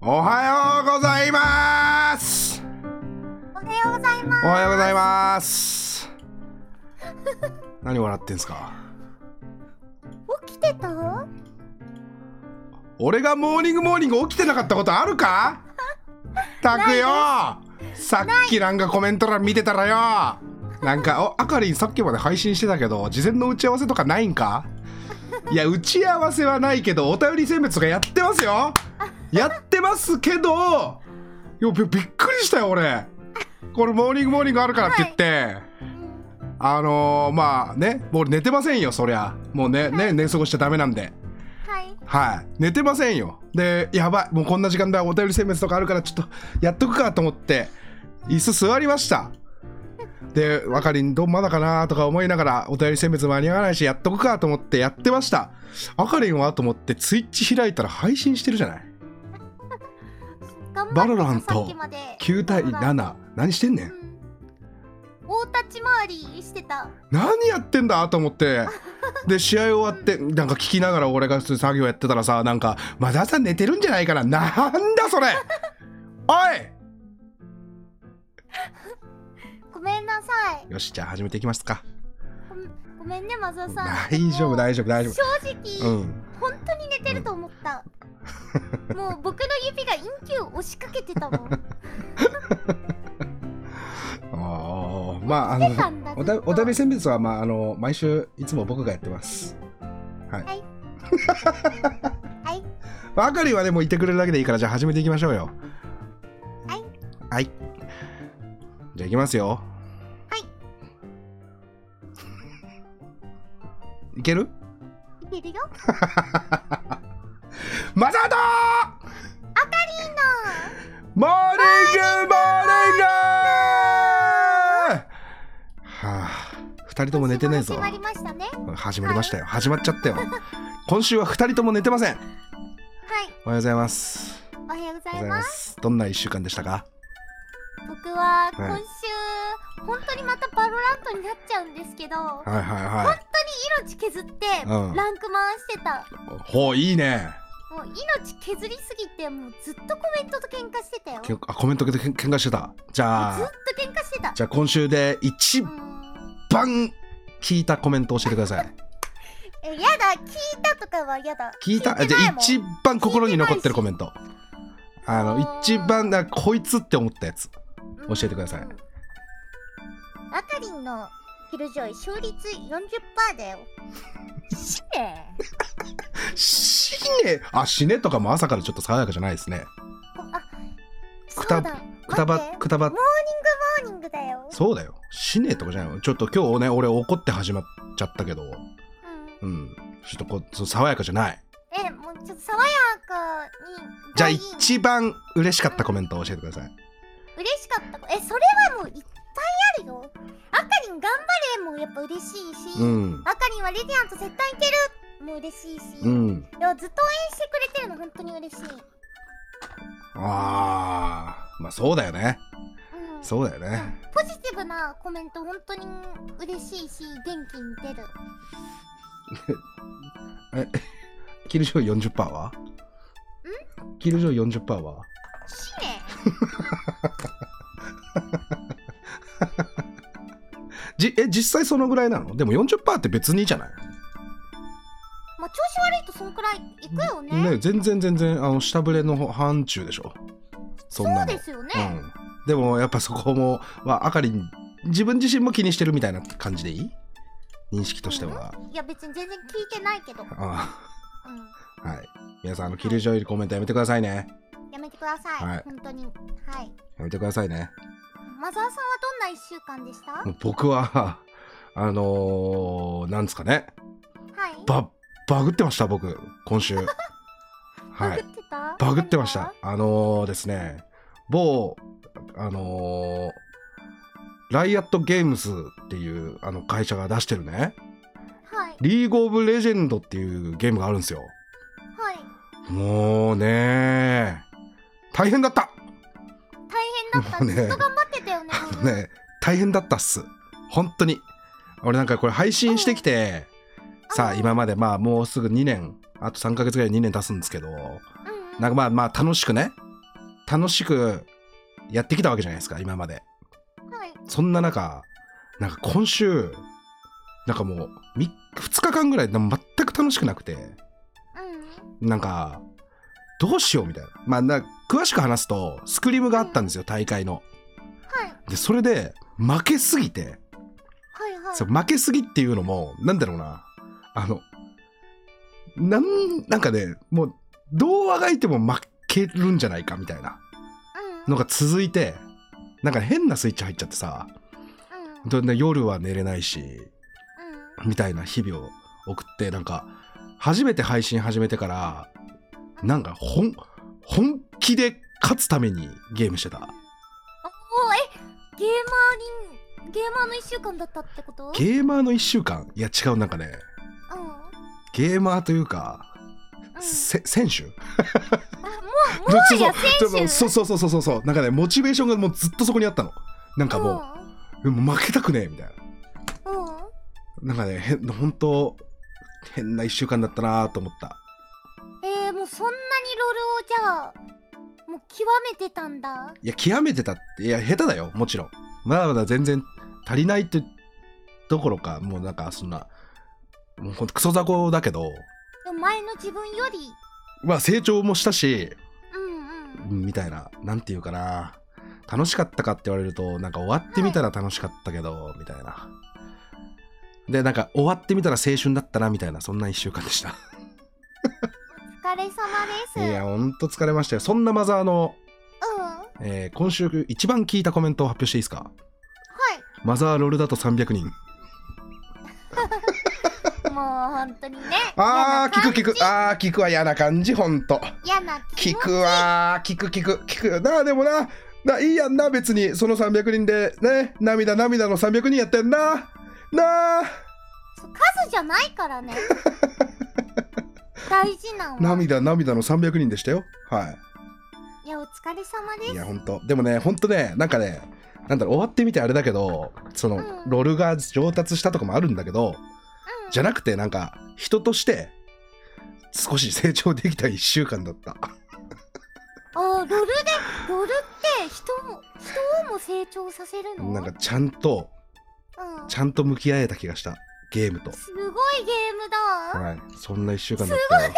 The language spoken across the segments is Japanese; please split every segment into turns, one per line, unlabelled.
おはようございます
おはようございま
おはようございます何笑ってんすか
す。起きてた？あ
俺がモーニングモーニング起きてなかったことあるかたくよさっきなんかコメント欄見てたらよなんかおあかりんさっきまで配信してたけど事前の打ち合わせとかないんかいや打ち合わせはないけどお便り選別とかやってますよやってますけどいやびびっくりしたよ俺これモーニングモーニングあるからって言って、あのー、まあねもう寝てませんよそりゃもうねね寝過ごしちゃダメなんで
はい。
はい寝てませんよでやばいもうこんな時間だお便り選別とかあるからちょっとやっとくかと思って椅子座りましたで「わかりんどんまだかな?」とか思いながらお便り選別間に合わないしやっとくかと思ってやってましたあかりんはと思ってツイッチ開いたら配信してるじゃない
頑張って
バロラン
さっ
ト
きまで
9対
バロラン
7何してんね
うんん大立ち回りしてた。
何やってんだと思ってで試合終わってなんか聞きながら俺が普通に作業やってたらさなんか「まださん寝てるんじゃないかななんだそれおい!」
ごめんなさい。
よしじゃあ始めていきますか
ごめんごめんねマザさん。
大丈夫
だ。
大丈夫大丈
正
夫
直、
うん
本当に寝てると思った。もう僕の指が陰球を押しかけて たもん。
ああまああ
寝 てたんだ
のおた
ずっと
おたび選別はまああの毎週いつも僕がやってます
はい。
まああかりはねもういてくれるだけでいいからじゃあ始めていきましょうよ
はい
はいじゃあいきますよ
はい
いける
いけるよ。
マサトあかりのモーニングモーニングはあ二人とも寝てねえぞ
始まりましたね。は
始まりましたよ始まっちゃったよ今週は二人とも寝てません
い。
おはようございます
おはようご
お
ざ
はよう
い
ござい
ま。
ますすどんな一週間でしたか
僕は今
はい
週、本当にまたバロラントになっちゃうんですけど。
はいはいは
本当に命削って
うん
ランク回してた、
いほういいね
もう命削りすぎてもうずっとコメントと喧嘩してたよず
け
っ
あコメントでけん喧嘩してたじ
と
ゃあ
喧嘩してた
じゃあ今週で一
うーん
番聞いたコメントを教えてください
えやだ聞いたとかはやだ
聞いた
聞
じ
いて
ゃ
ない
あ
もん
一番心に残ってるコメントあの
あー
一番だこいつって思ったやつ
うん
教えてください
うんあかりんのヒルジョイ勝率40%だよ 死ね
死ねあ死ねとかも朝からちょっと爽やかじゃないですね
あ
く
そ
た
うだ
くたば
待って
くたば
モモーニングだよ
そうだよ死ねとかじゃないよちょっと今日ね俺怒って始まっちゃったけど
うん
うんちょっとこうそう爽やかじゃない
えもうちょっと爽やかに
じゃあ
がいい
一番嬉しかったコメントを教えてください
嬉しかったえそれはもういっぱいあるよあかりん頑張れもうやっぱ嬉しいし、
うん
あかりんはレディアント絶対いけるもう嬉しいし、
うん
でもずっと応援してくれてるの本当に嬉しい、う
あーまあそうだよね
ん、
そうだよね
ポジティブなコメント本当に嬉しいし元気に出る
キルジョイ40%はキルジョイ40%は
しね
じえ実際そのぐらいなのでも40%って別にじゃない
まあ調子悪いとそんくらいいくよね
ね全然全然あの下振れの範疇でしょそんな
そう
の
ですよね、
うん、でもやっぱそこもはあかりん自分自身も気にしてるみたいな感じでいい認識としては、
いや別に全然聞いてないけど、うん、
ああはい皆さんあのキルジョイリコメントやめてくださいね
やめてください、
はい
本当にはい
やめてくださいね
マザーさんはどんな1週間でしたは
もう僕は あのー、なんですかね
い
ババグってました僕今週は
バ
い
グってた
バグってましたあのー、ですね某あのー、ライアットゲームズっていうあの会社が出してるね
はい
リーグオブレジェンドっていうゲームがあるんですよ
はい
もうね大変だった
大変だった
ね
ずっと頑張ってたよね
あのね大変だったっす本当に俺なんかこれ配信してきてさあ
うん
今までまあもうすぐ2年あと3ヶ月ぐらいで2年経つんですけど
うんうん
なんかまあまあ楽しくね楽しくやってきたわけじゃないですか今まで
はい
そんな中なんか今週なんかもう2日間ぐらいなんか全く楽しくなくて
うん
なんかどうしようみたいなまあな詳しく話すとスクリームがあったんですよ大会の
はい
でそれで負けすぎて
はいはい
そう負けすぎっていうのもなんだろうなあのなんなんかねもうどうあがいても負けるんじゃないかみたいな
うん
のが続いてなんか変なスイッチ入っちゃってさ
うん
でで夜は寝れないし
うん
みたいな日々を送ってなんか初めて配信始めてからなんか本本気で勝つためにゲームしてた
あおえゲーマーにゲーマーの一週間だったってこと
ゲーマーの1週間いや違うなんかね
うんうん
ゲーマーというか、せ選手
あもうもうや選手
そうそうそうそうそうそうなんかねモチベーションがもうずっとそこにあったのなんかもう,、もう負けたくねえみたい
うんうん
ななんかねへん本当変な1週間だったなと思った
えー、もうそんなにロールをじゃあもう極めてたんだ
いや極めてたっていや下手だよもちろんまだまだ全然足りないってどころかもうなんかそんなもうほんとクソ雑魚だけど
でも前の自分より
まあ成長もしたし
うんうん
みたいななんていうかな楽しかったかって言われるとなんか終わってみたら楽しかったけど、みたいなでなんか終わってみたら青春だったなみたいなそんな1週間でした
お疲れ様です
いやほんと疲れましたよそんなマザーの、
うんは
えー今週一番聞いたコメントを発表していいですかマザーロールだと300人
いもう本当にね
あー聞く聞
く
くあー聞くは嫌な感じほんと
嫌な気
聞
持ち
くわー聞く聞く聞くなあでもなないいやんな別にその300人でね涙涙の300人やってんななあ
そう数じゃないから ね大事なの
涙涙の300人でしたよはい
やお疲れ様
いい
です
やほんとでもねほんとねなんかねなんだろう終わってみてあれだけどその
うん
ロールが上達したとかもあるんだけど
うん
じゃなくてなんか人として少し成長できた1週間だった
あーロルでロルって人も人をも成長させるの
なんかちゃんと
うん、
ちゃんと向き合えた気がしたゲームと
すごいゲームだ、
はいそんな1週間だったよ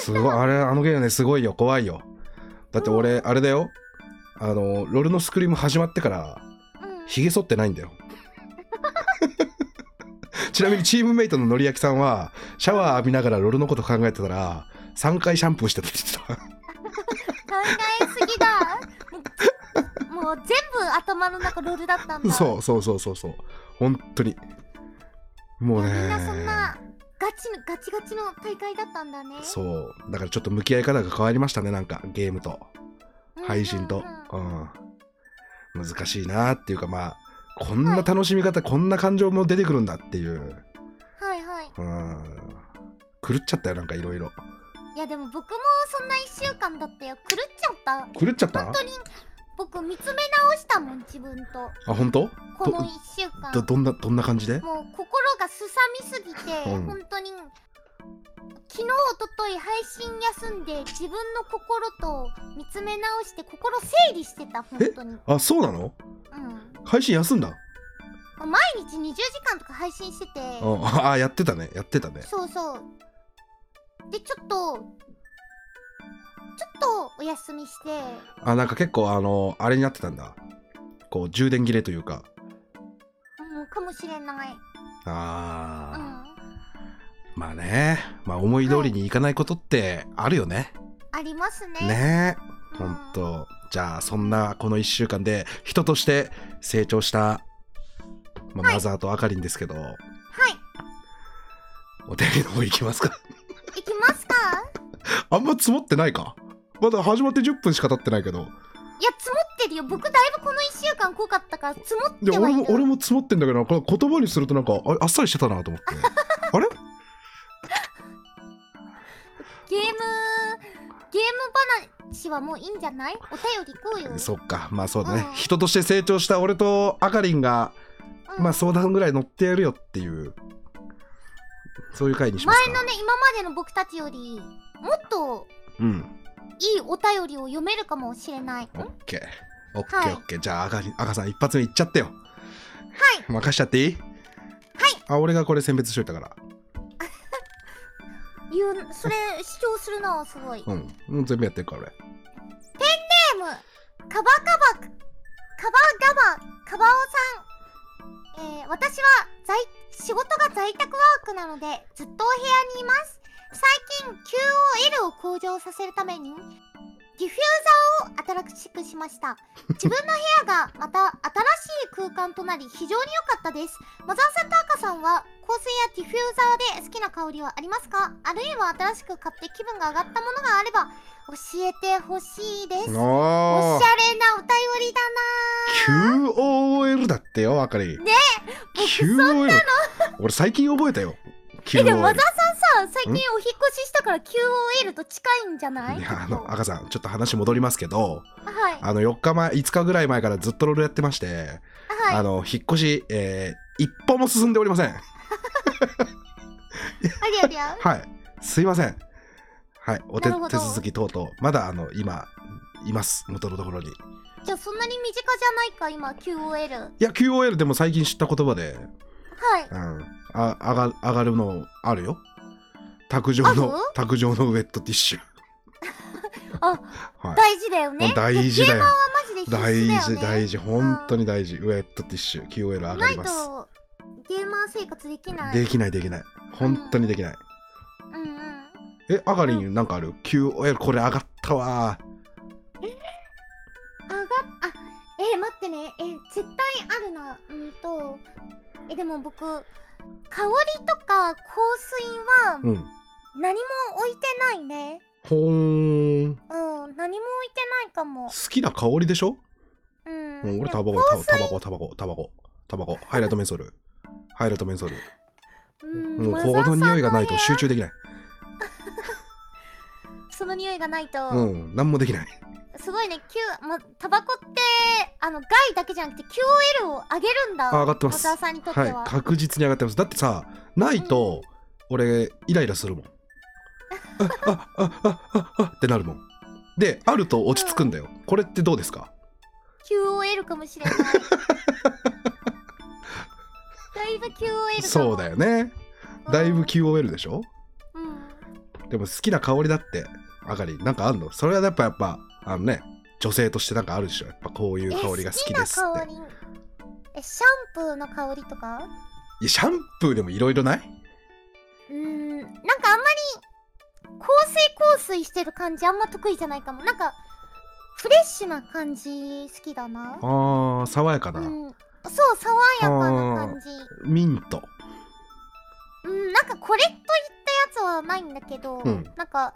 すごいあれあのゲームねすごいよ怖いよだって俺あれだよあのロールのスクリーム始まってから
うん、
ひげ剃ってないんだよ ちなみにチームメイトののりやきさんはシャワー浴びながらロールのこと考えてたら3回シャンプーしてたって言って
考えすぎだ もう全部頭の中ロルだったん
た
だ
そうそうそうそうそう本当にもう
み
ね
んなそんなガチのガチガチの大会だったんだね
そうだからちょっと向き合い方が変わりましたねなんかゲームと
うんうん
配信と
うん、
うん、難しいなっていうかまあこんな楽しみ方、こんな感情も出てくるんだっていう、
はいはい
うん、狂っちゃったよなんかいろいろ
いやでも僕もそんな1週間だってよ狂っちゃった
狂っちゃった
本当に僕見つめ直したもん自分と
あ本当
この1週間
どどんなどんな感じで
もう心がすさみすぎて、
うん
本当に昨日一昨日配信休んで自分の心と見つめ直して心整理してた本当に、うん、
あそうなの配信休んだ
毎日20時間とか配信してて
うんああやってたねやってたね
そうそうでちょっとちょっとお休みして
あなんか結構あのあれになってたんだこう充電切れというか
うんかもしれない、う
あ
ん、
ーまあねまあ思い通りにいかないことってあるよね、
ありますね
ね
う
えほ
ん
んとじゃあそんなこの1週間で人として成長した、まあマザーとあかりんですけど、
はい
お便りの方いきますか
行きますか
あんま積もってないかまだ始まって10分しか経ってないけど
いや積もってるよ僕だいぶこの1週間濃かったから積もっ
で
ては
俺
いる
も俺も積もってんだけどなこれ言葉にするとなんかああっさりしてたなと思ってあれ
ゲームゲーム話はもういいんじゃないお便り行こう よ。
そっかまあそうだね、
うん
人として成長した俺とあかりんが、
うん
まあ相談ぐらい乗ってやるよっていうそういう回にしま
前
すか
のね今までの僕たちよりもっと
うん
いいお便りを読めるかもしれない。
オ
ん
ッケーオッケーオッケーじゃあ赤に赤さん一発目いっちゃってよ
はい
任しちゃっていいはいあ俺がこれ選別しといたから
言うそれ主張するなすごい。ゲー
うんうん全部やってるから俺
ムカバカバカバガバカバオさん、えー、私は在仕事が在宅ワークなのでずっとお部屋にいます。最近 QOL を向上させるためにディフューザーを新しくしました。自分の部屋がまた新しい空間となり非常に良かったです。マザーさんと赤さんは香水やディフューザーで好きな香りはありますかあるいは新しく買って気分が上がったものがあれば教えてほしいです。おしゃれな
おー
お便りだな
QOL だってよあかりねえ QOL 俺最近覚えたよ QOL
えでもマザーさんさ最近お引っ越ししたから QOL と近いんじゃない
いやあ
ちょ
の
っと
赤さんちょっと話戻りますけど
はいは
あの4日前5日ぐらい前からずっとロールやってまして、
い
あの引っ越し、えー一歩も進んでおりません
ありゃりゃ
はいすいませんはいお手
なるほど
手続き等々まだあの今います元のところにい
じゃあそんなに身近じゃないか今 QOL は
や QOL でも最近知った言葉で
い
うんあ上が上がるのあるよ卓上の
ある
卓上のウェットティッシュ
あ
はい
大事だよね
大事だよ
ゲーマーはマジで必
大
須だよ
事
ね
大事本当に大事ウェットティッシュ QOL 上が
ない
ります
とゲーマー生活できない
できないできない本当にできない
うんうん
えあがりんなんかある QOL これ上がったわ
上がっあえー、待ってねえー絶対あるなうんとえでも僕香りとか香水は
うん
何も置いてないね
ほーん
うん何も置いてないかも
好きな香りでしょ
うん
うん、俺
で
タ
も
バコ
香
タバコタバコタバコタバコハイライトメンソールハイライトメンソール
う
も
ん
う
マザー
こ
さ
の
ん
匂いがない
部
と
屋
集中できない
その匂いがないと、
うん何もできない
すごいね Q まタバコってあの害だけじゃなくて QOL を上げるんだ
あ上がってま
マ
す
ザーさんにとって
はい
は、
確実に上がってますだってさないと俺イライラするもんああああああってなるもんであると落ち着くんだよこれってどうですか
QOL かもし れないだいぶ QOL かも
そうだよねだいぶ QOL でしょ
うん
でも好きな香りだってあかりなんかあんのそれはやっぱやっぱあのね女性としてなんかあるでしょやっぱこういう香りが好きです
え
っ
好き
て
な香りえシャンプーの香りとか
いやシャンプーでもいろいろないう
ーんなんかあんまり香水香水してる感じあんま得意じゃないかもなんかフレッシュな感じ好きだな
あー爽やか
う
な、
んそう爽やかな感じ
ミント
うんなんかこれといったやつはないんだけど、
うん
なんか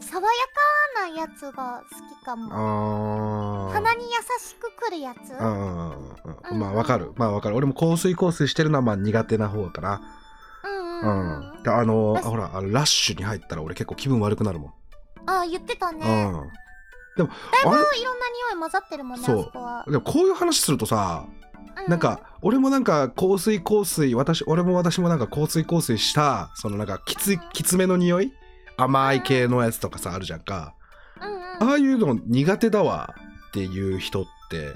爽やかなやつが好きか
あ
も
ー
鼻に優しくくるやつ
あーまあわかるまあわかる俺も香水香水してるのはまあ苦手な方かな
うんう、
うん
うん
ん、であのー
ラッシュ
ほらあのラッシュに入ったら俺結構気分悪くなるもん、
ああ言ってたね、
うんでも
だいぶ
あれ
いろんな匂い混ざってるもんね、あ
そう
そこは。
でもこういう話するとさ
う
なん、か俺もなんか香水香水私俺も私もなんか香水香水したそのなんかきついきつめの匂い甘い系のやつとかさあるじゃんか
うんうん、
ああいうの苦手だわっていう人って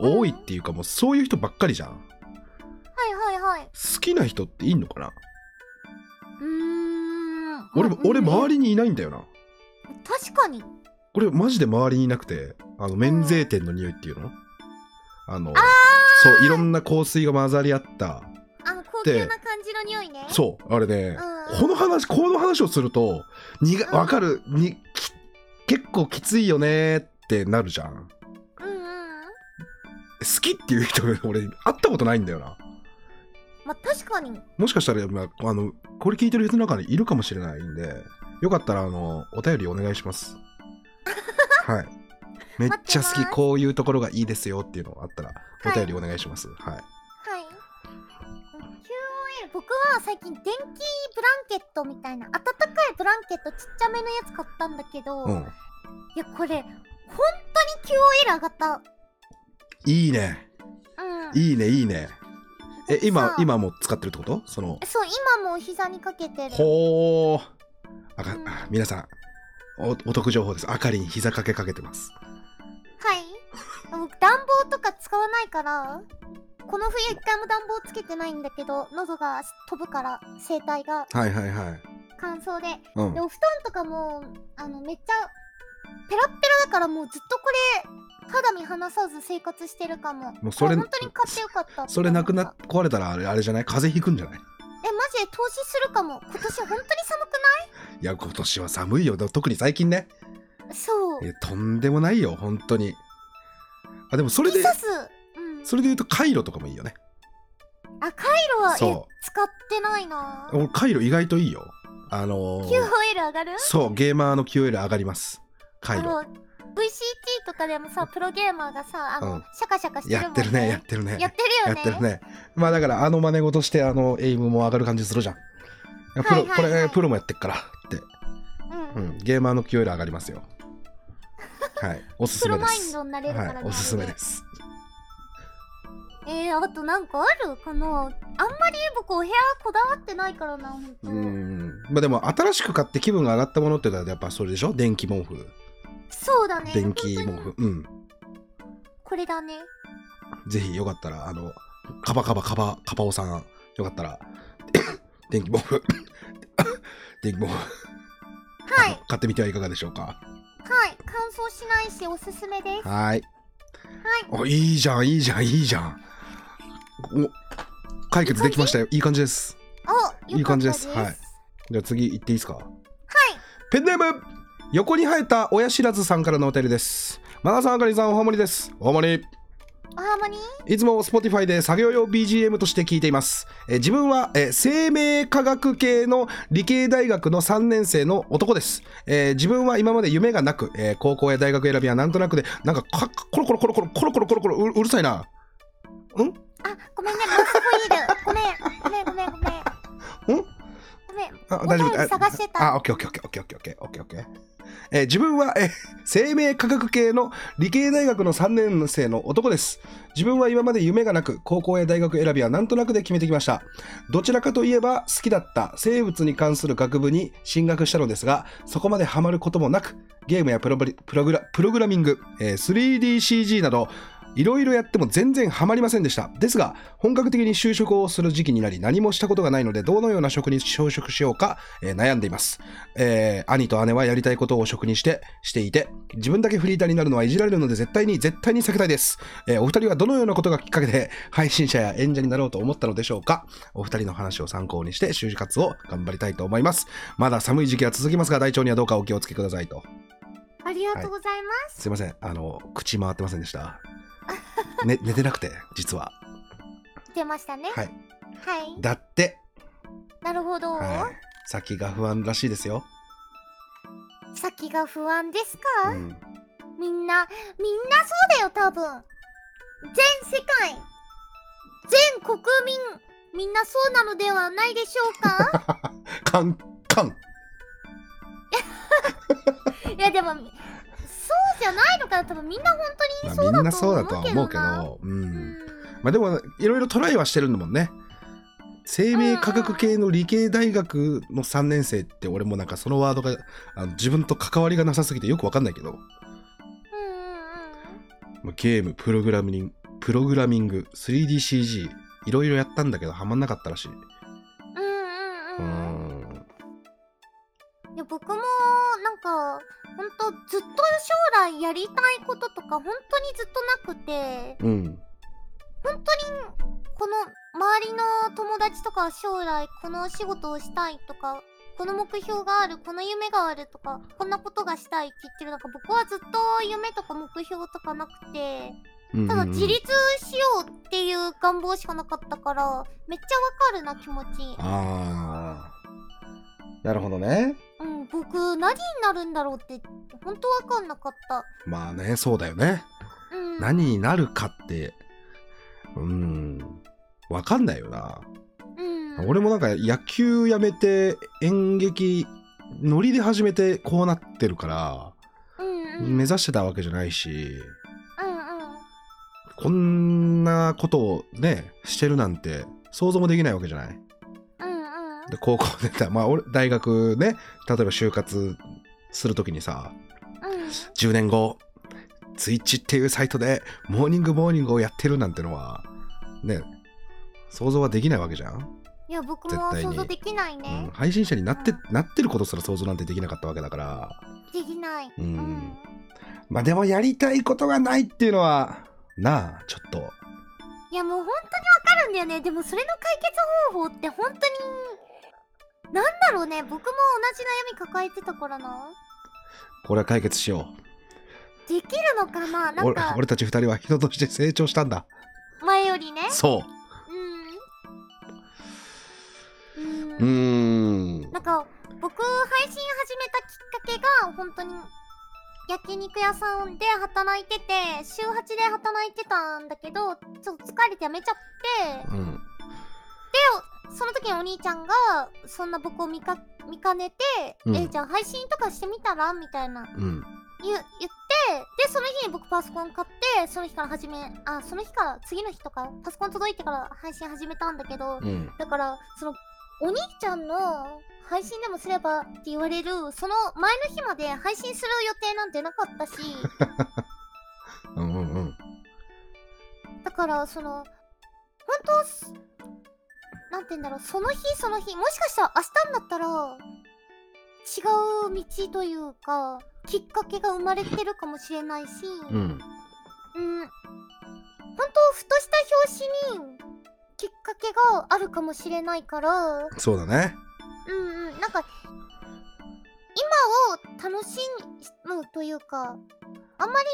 多いっていうかもうそういう人ばっかりじゃん
はいはいはい。
好きな人っていんのかな
うーん。
俺
うん
俺周
り。
りにいないんだよな
確かに。
俺マジで周りにいなくてあの免税店の匂いっていうのあのそういろんな香水が混ざり合った
あの、高級な感じの匂いね。
そうあれね、
うん
この話この話をするとに
う
が
ん
わかるにき結構きついよねってなるじゃん
うんうん。
好きっていう人が俺会ったことないんだよな
まあ、確かに。
もしかしたら、まあ、あのこれ聞いてる人の中にいるかもしれないんでよかったらあのお便りお願いします はいめっちゃ好
待
き
ってます
こういうところがいいですよっていうのあったらお便りお願いしますはい、
はい。QOL 僕は最近電気ブランケットみたいな暖かいブランケットちっちゃめのやつ買ったんだけど、
う
い
ん
やこれ本当に QOL 上がった
いいね
うん
いいねいいねえ
さ
今
あ
今も使ってるってことその
そう今もう膝にかけてる
ほーあか
うん
あ皆さんおお得情報ですあかりに膝掛けかけてます
はい僕暖房とか使わないからこの冬一回も暖房つけてないんだけど喉が飛ぶから声帯が
はいはいはい
乾燥で
うん
でお布団とかもあのめっちゃペラッペラだからもうずっとこれ肌身離さず生活してるかも
もうそれ
あ本当に買ってよかった
それなくな
え
壊れたらあれあれじゃない風邪ひくんじゃない
マジで投資するかも今年本当に寒く
いや今年は寒いよで特に最近ね
ないそう
えとんでもないよ本当にあでもそれ
ピ
で
サスうん
それで言うとカイロとかもいいよね
あカイロはえ
そ
使ってないな
俺カイロ意外といいよあのー
QOL 上がる
そうゲーマーの QL 上がりますカイロ
あの VCT とかでもさプロゲーマーがさあの、
うん
シャカシャカしてる
や
もん
ってるねやってるね
やってるよね
やってるねまあだからあの真似事してあのエイムも上がる感じするじゃんいやプロ、
はいはいはい
これプロもやってっからって、
う、
うんん、ゲーマーの QL 上がりますよはいおす
プ
す
ロ
めで
マイン
す
ドになれるからね、
はいおすすめです
えー、あとなんかあるかなあんまり僕お部屋こだわってないからな本当、
うんまあでも新しく買って気分が上がったものってのはやっぱそれでしょ電気毛布
そうだね
電気毛
本当に
布うん
これだね
ぜひよかったらあのカバカバカバカバオさんよかったら 電気毛布 電気毛布
はいはい
買ってみてはいかがでしょうか
乾燥しないしおすすめですは
はい
い
あいいじゃんいいじゃんいいじゃんお解決できましたよいい感じです
およかったです
いい感じですはいじゃあ次行っていいですかはいペンネーム横に生えた親知らずさんからのお便りですマナさんあかりさんおはもりですおはもり
おはまに
いつも Spotify で作業用 BGM として聞いています。えー自分は、えー生命科学系の理系大学の3年生の男です。えー自分は今まで夢がなく、えー高校や大学選びはなんとなくで、なんかかコロコロコロコロコロコロコロコロううるさいな。
あごめんねもうすぐいる ごめんごめんごめんごめん
ん
ごめん
あ
お
大丈
便
夫
り探してた
あ、オッケーオッケーオッケーオッケーオッケーオッケーオッケーオッケー。えー自分は、えー生命科学系の理系大学の3年生の男です。自分は今まで夢がなく、高校や大学選びはなんとなくで決めてきました。どちらかといえば好きだった生物に関する学部に進学したのですが、そこまでハマることもなく、ゲームやプロブリプログラプログラミング、えー 3DCG など、いろいろやっても全然ハマりませんでした。ですが、本格的に就職をする時期になり、何もしたことがないので、どのような職に就職しようか、えー悩んでいます。えー兄と姉はやりたいことを職にして、していて、自分だけフリーターになるのはいじられるので、絶対に、絶対に避けたいです。えーお二人はどのようなことがきっかけで、配信者や演者になろうと思ったのでしょうかお二人の話を参考にして、就活を頑張りたいと思います。まだ寒い時期は続きますが、体調にはどうかお気をつけくださいと。
ありがとうございます
すいません、あの、口回ってませんでした。ね、寝てなくて、実は。
出ましたね
はい。
はい
だって、
なるほど、
はい、先が不安らしいですよ。
先が不安ですか、
うん、
みんな、みんなそうだよ、多分。全世界、全国民、みんなそうなのではないでしょ うか
カンカン
いや、でも、そうじゃないのかな、多分みんな本当
ま
に
あ
そう
みん
だ
な
と
そうだとは
思うけ
思う
ど
け
な。
ど、う。
うんん
まあでも、いろいろトライはしてるんだもんね。生命科学系の理系大学の3年生って俺もなんかそのワードがあの自分と関わりがなさすぎてよくわかんないけど
うんうん
まあゲームプログラミングプログラミング 3DCG いろいろやったんだけどハマんなかったらしい
うんうんう
うん
うん
ん
いや僕もなんか本当ずっと将来やりたいこととか本当にずっとなくて
うん
本当にこの周りの友達とか将来このお仕事をしたいとかこの目標があるこの夢があるとかこんなことがしたいって言ってる中僕はずっと夢とか目標とかなくて
うん
ただ自
うん
立しようっていう願望しかなかったからめっちゃわかるな気持ち、
ああなるほどね
うん、僕何になるんだろうって本当わかんなかった、
まあねそうだよね
うん、
何になるかってうんわかんないよな、
うん、
俺もなんか野球やめて演劇ノリで始めてこうなってるから、
うんうんうんうん
目指してたわけじゃないし
うん
こんなことをねしてるなんて想像もできないわけじゃない
うんうん
で高校出たまあ俺大学ね例えば就活するときにさ
うん
10年後 Twitch っていうサイトでモーニングモーニングをやってるなんてのはね想像はできないわけじゃん、
いや僕
絶
も
対に
想像できな
う
い
ん
ね、
配信者になってなってることすら想像なんてできなかったわけだから
できない
うん
うん
まあでもやりたいことがないっていうのはなあちょっと
いやもう本当にわかるんだよねでもそれの解決方法って本当になんだろうね僕も同じ悩み抱えてたからな
これは解決しよ
できるのか な
う
なん
俺
か
俺たち二人は人として成長したんだ
前よりね
そ
うん、
ううーん
なんか僕配信始めたきっかけが本当に焼肉屋さんで働いてて週8で働いてたんだけどちょっと疲れてやめちゃって
うん
その時にお兄ちゃんがそんな僕を見か見かねて、
うん
えじゃあ配信とかしてみたらみたいな
うん
言言ってでその日に僕パソコン買ってその日から始めあその日から次の日とかパソコン届いてから配信始めたんだけど
うん
だからそのお兄ちゃんの配信でもすればって言われるその前の日まで配信する予定なんてなかったし
うんうんうん
だからその本当すなんて言うんだろうその日その日もしかしたら明日になったら違う道というかきっかけが生まれてるかもしれないし、
うん
うん、本当ふとした表紙にきっかけがあるかもしれないから
そうだね
うんうんなんか今を楽しむというかあんまり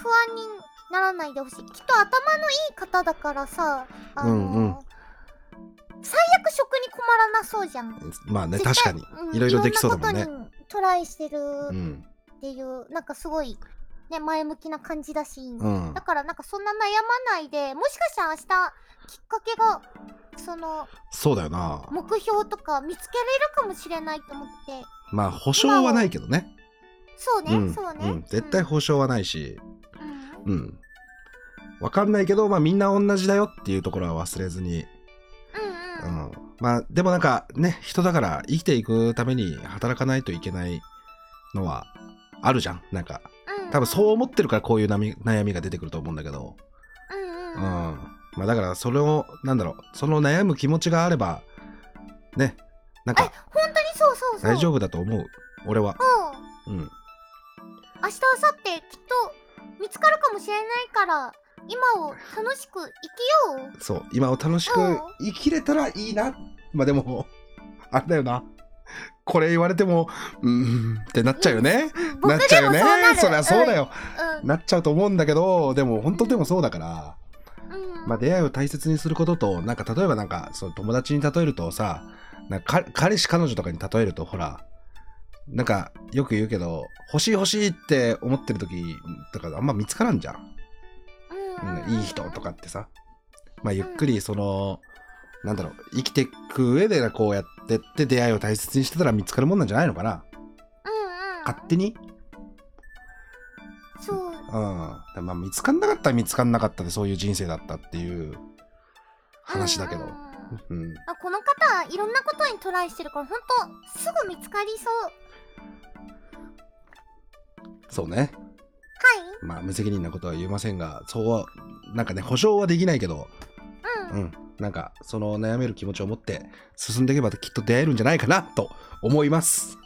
不安にならないでほしいきっと頭のいい方だからさあの、
うんうん
最悪食に困らなそうじゃん
まあね
絶
確か
対
に
うん
いろいろできそうだもん
い
ね
ろんなことにトライしてる
うん
っていう、なんかすごいね前向きな感じだし、
うん
だからなんかそんな悩まないでもしかしたら明日きっかけがその
そうだよな
目標とか見つけれるかもしれないと思って
まあ保証はないけどね
そうね、
うん
そうね、
うん絶対
うん
保証はないし
うん
うんわかんないけどまあみんな同じだよっていうところは忘れずにう
うんうん
んまあでもなんかね人だから生きていくために働かないといけないのはあるじゃんなんか
うん
多分そう思ってるからこういう悩み悩みが出てくると思うんだけど
うん
うん
うんうん
まあだからそれをなんだろうその悩む気持ちがあればねなんか
本当にそうそうそう
大丈
夫
夫だと思う俺は
うん
うん
明日明後日きっと見つかるかもしれないから今を楽しく生きよう
そう今を楽しく
うん
生きれたらいいなまあでも あれだよなこれ言われてもうーんってなっちゃうよね
うん
なっ
僕でも
ちゃうよね
そうなる
そりゃそうだよ、
うん
なっちゃうと思うんだけどでも本当でもそうだから、
うんうん
まあ、出会いを大切にすることとなんか例えばなんかその友達に例えるとさなんかか彼氏彼女とかに例えるとほらなんかよく言うけど欲しい欲しいって思ってる時とかあんま見つからんじゃん、
うんうん
うんいい人とかってさ、まあ、ゆっくりその、なんだろう生きていく上でこうやってって出会いを大切にしてたら見つかるもんなんじゃないのかな
うんうん
勝手に
そう
うん、でまあ見つかんなかったら見つかんなかったでそういう人生だったっていう話だけど
うんう、んうん
うん
あこの方はいろんなことにトライしてるから本当すぐ見つかりそうは
そうねまあ無責任なことは言えませんがそうはなんかね保証はできないけど、
いうん、
うん、なんかその悩める気持ちを持って進んでいけばきっと出会えるんじゃないかなと思います
はい、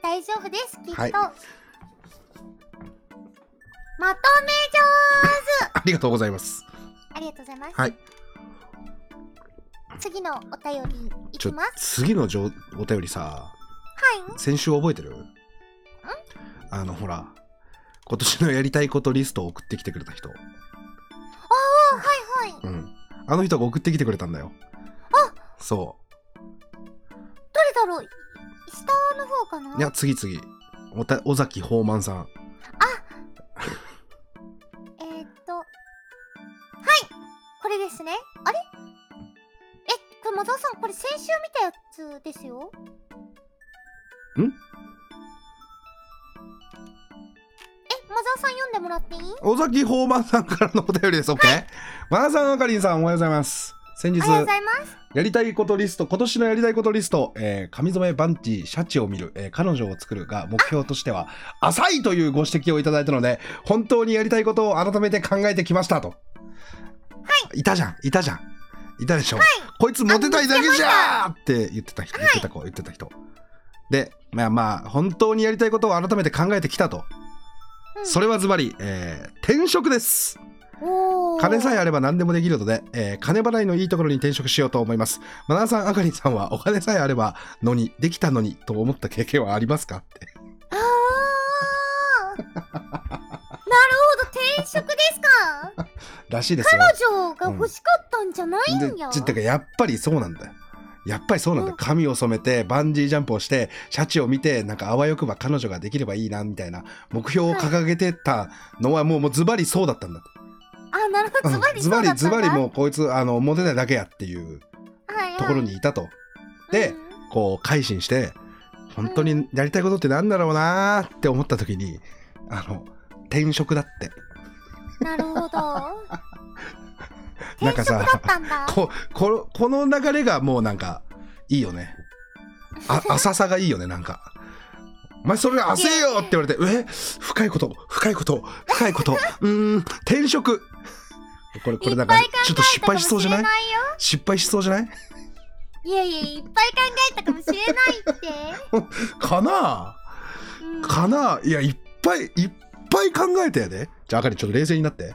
大丈夫です、きっと。
はい
まとめ上
ありがとうございます
手ありがとうございます。
はい
次のお便り
ち
いき
ょ
ます。
次のじょお便りさ
はい。
先週覚えてるあのほら今年のやりたいことリストを送ってきてくれた人、
ああ、はいはい。どれ
うん、あの人が送ってきてくれたんだよそう
だろう下の方かない
や、次次。おた尾崎豊満さん。
えー、っと。はいこれですね。あれえ、これ、マザオさん、これ先週見たやつです
ん
よえ、マザオさん読んでもらっていい
尾崎豊満さんからのお便りです。オッケー。マナさん、あかりんさん、おはようございます。先
り
日
がとうございます。
やりたいことリスト今年のやりたいことリスト、えー、上染バンティシャチを見る、えー彼女を作るが目標としては浅いというご指摘をいただいたので本当にやりたいことを改めて考えてきましたとはいいたじゃんいたじゃんいたでしょ、こいつモテたいだけじゃーって言ってた人言ってた子、言ってた人でまあまあ本当にやりたいことを改めて考えてきたと、
うん
それはズバリ、えー転職です
おー
金さえあれば何でもできるので、えー金払いのいいところに転職しようと思います。マナーさん、あかりんさんはお金さえあればのに、できたのにと思った経験はありますかって。
あー なるほど転職ですから
しいですよ。
彼女が欲しかったんじゃない
で
んや、、
ちってか、やっぱりそうなんだよ。やっぱりそうなんだよ。髪を染めて、バンジージャンプをして、シャチを見て、なんかあわよくば彼女ができればいいな、みたいな目標を掲げてたのはもう、もうズバリそうだったんだ。
あなるほどズバリ
ズ
そう
バ
だ
リ、
ったんだ
ズバリもうこいつ、あの、モテないだけやっていう
はいはい
ところにいたと。で
うん
こう改心して本当にやりたいことってなんだろうなーって思った時にあの転職だって
なる ほど
な
転
んかさ
職だったんだ
ここのこの流れがもうなんかいいよねあ 浅さがいいよねなんか「お前それが浅えよ!」って言われて「え深いこと深いこと深い ことうーん転職」これこれなんか
いっぱい考えたかもしれないよ
ちょっと失敗しそうじゃない失敗しそうじゃない
いやいやいっぱい考えたかもしれないって、
かな
うん
かないやいっぱいいっぱい考えたやでじゃああかりちょっと冷静になってい
うん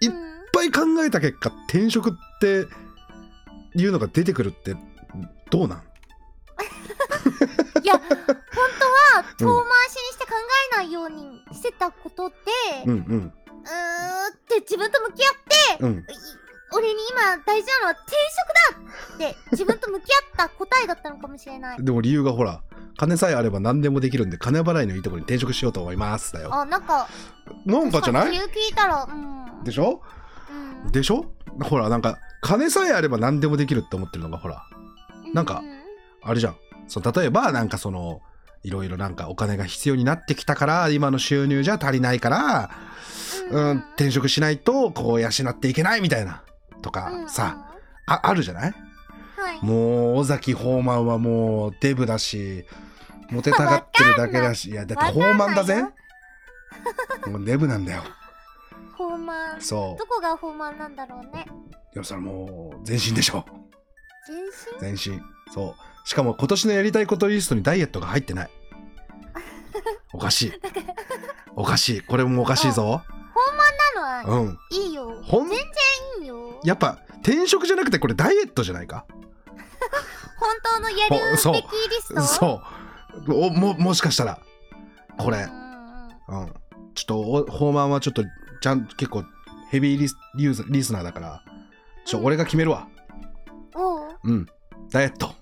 いっぱい考えた結果転職っていうのが出てくるってどうなん
いや本当は遠回しにして考えないようにしてたことで、う
う
ーん、
ん
って自分と向き合って、
うんうん
い俺に今大事なのは転職だって自分と向き合った答えだったのかもしれない
でも理由がほら金さえあれば何でもできるんで金払いのいいところに転職しようと思いますだよ
あなんか
なんかじゃな
理
い
由聞いたらうん
でしょ
うん
でしょほらなんか金さえあれば何でもできるって思ってるのがほらなんか
う
あれじゃんそう例えばなんかそのいろいろなんかお金が必要になってきたから今の収入じゃ足りないから、うん、転職しないとこう養っていけないみたいなとかさ、ああるじゃない
うんはい
もう尾崎豊満はもうデブだしモテたがってるだけだしいやだって豊満だぜ
わかん
もうデブなんだよ
ホーマン
そ
どこがホーマンなんだろうね
うでもそれもう全身でしょ
全身
全身そうしかも今年のやりたいことリストにダイエットが入ってないおかし いおかしいこれもおかしいぞ
なのは
うん
いいよ
ほん
いいよ
やっぱ転職じゃなくてこれダイエットじゃないか
本当のやるべき
そう
リスト
そうおももしかしたらこれ
うんうんう
う
ん
ん、ちょっとおホーマンはちょっとちゃん結構ヘビーリスリューズリスナーだからちょ
うん
俺が決めるわ
おう
うんダイエット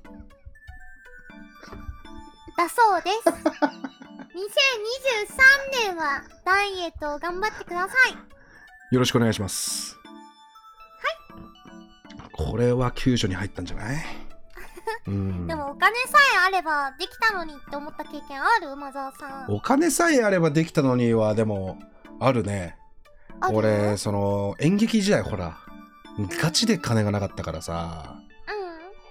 だそうです 2023年はダイエットを頑張ってください
よろしくお願いしますはいこれは救助に入ったんじゃ ないうん
でもお金さえあればできたのにって思った経験あるマザーさん
お金さえあればできたのにはでもあるね
ある
俺その演劇時代ほらガチで金がなかったからさ
う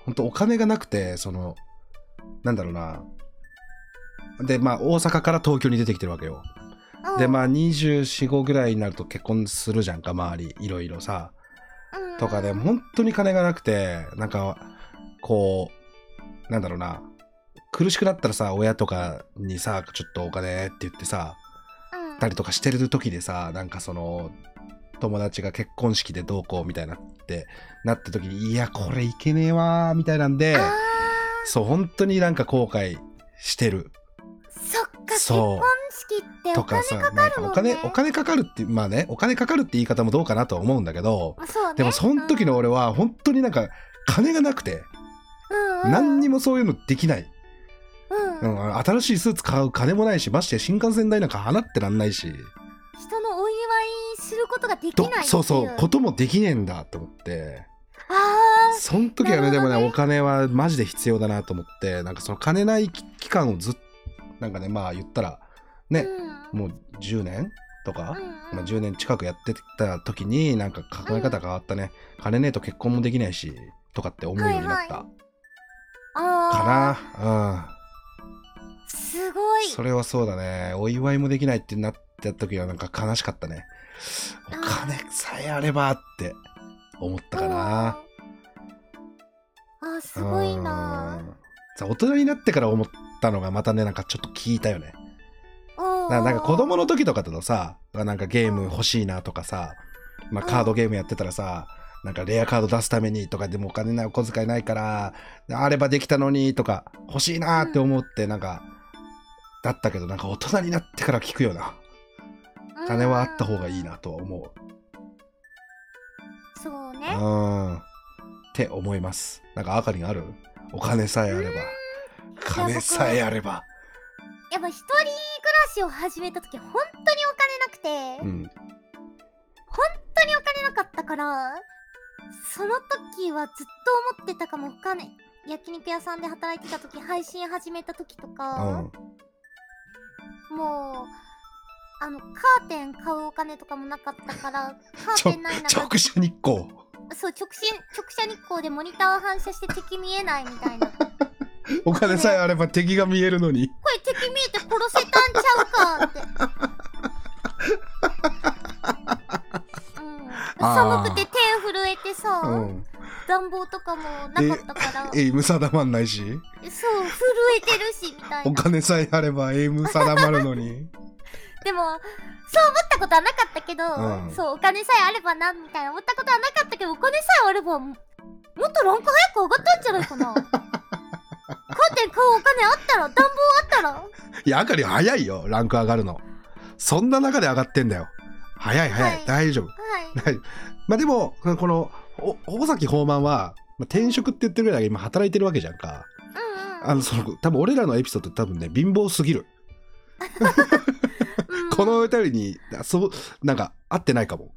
本当お金がなくてそのなんだろうなでまあ大阪から東京に出てきてるわけよ
んうん
でまあ245ぐらいになると結婚するじゃんか周りいろいろさ
うん
とかで
うん
本当に金がなくてなんかこうなんだろうな苦しくなったらさ親とかにさちょっとお金って言ってさたりとかしてる時でさなんかその友達が結婚式でどうこうみたいなってなった時にいやこれいけねえわーみたいなんで
あ
そう本当になんか後悔してる
ーそっか結
そう
婚式って
と
お金
か
か
さ
か
なん
る
か
も
お
ん
金
ね
お金かかるってまあねお金かかるって言い方もどうかなとは思うんだけど
まあそうね
でもその時の俺は本当になんか金がなくて
うんうん
何にもそういうのできない、
うん
うん、新しいスーツ買う金もないしまして新幹線代なんか払ってらんないし
人のお祝いすることができ
ど
ないっていう
そうそうこともできねえんだと思って
あー
その時はね
なる
で
ほ
も
どね
ねお金はマジで必要だなと思ってなんかその金ない期間をずっなんかねまあ言ったらね
うん
もう10年とか、
うんう
ま
ん
あ、10年近くやってた時になんか考え方が変わったね、金ねえと結婚もできないしとかって思うようになった
は
かな、
あーすご
うん
い
それはそうだねお祝いもできないってなった時はなんか悲しかったねお
あー
金さえあればって思ったかな
うんあーすごいな
うんさ大人になってから思ったのがまたねなんかちょっと聞いたよねななんか子供の時とかだとさなんかゲーム欲しいなとかさ、まあ、カードゲームやってたらさなんかレアカード出すためにとかでもお金ないお小遣いないからあればできたのにとか欲しいなって思ってなんか、だったけどなんか大人になってから聞くよな金はあった方がいいなとは思う
うんそう
う
ね
んって思いますなんかあかりんあるお金さえあれば金さえあれば
やっぱ一人暮らしを始めた時本当にお金なくて、
うん
本当にお金なかったからその時はずっと思ってたかもお金焼肉屋さんで働いてた時配信始めた時と
う
か
ん、
もうあのカーテン買うお金とかもなかったからカー
ちょ
テンない中
直射日光
そう直進直射日光でモニターを反射して敵見えないみたいなこ
お金さえあれば敵が見えるのに
れ敵見えて殺せたんちゃうかって
あ
うん、
ー
寒くて手震えてさ、
うん
暖房とかもなかったから
エイム定まんないし
そう震えてるしみたい
お
な
金さえあればエイム定まるの に
でもそう思ったことはなかったけど、
うん
そうお金さえあればなみたいな思ったことはなかったけどお金さえあればももっとランク早く上がったんじゃない かなカーテン買うお金あったら暖房あったら
いやあかり早いよランク上がるのそんな中で上がってんだよ早い早い、
はい
大丈夫
はい。
大丈夫まあでもこのお尾崎豊満は、まあ、転職って言ってるぐらいだから今働いてるわけじゃんか
うん
あのその多分俺らのエピソード多分ね貧乏すぎる
うん。うん
このお便りにあそうなんか合ってないかも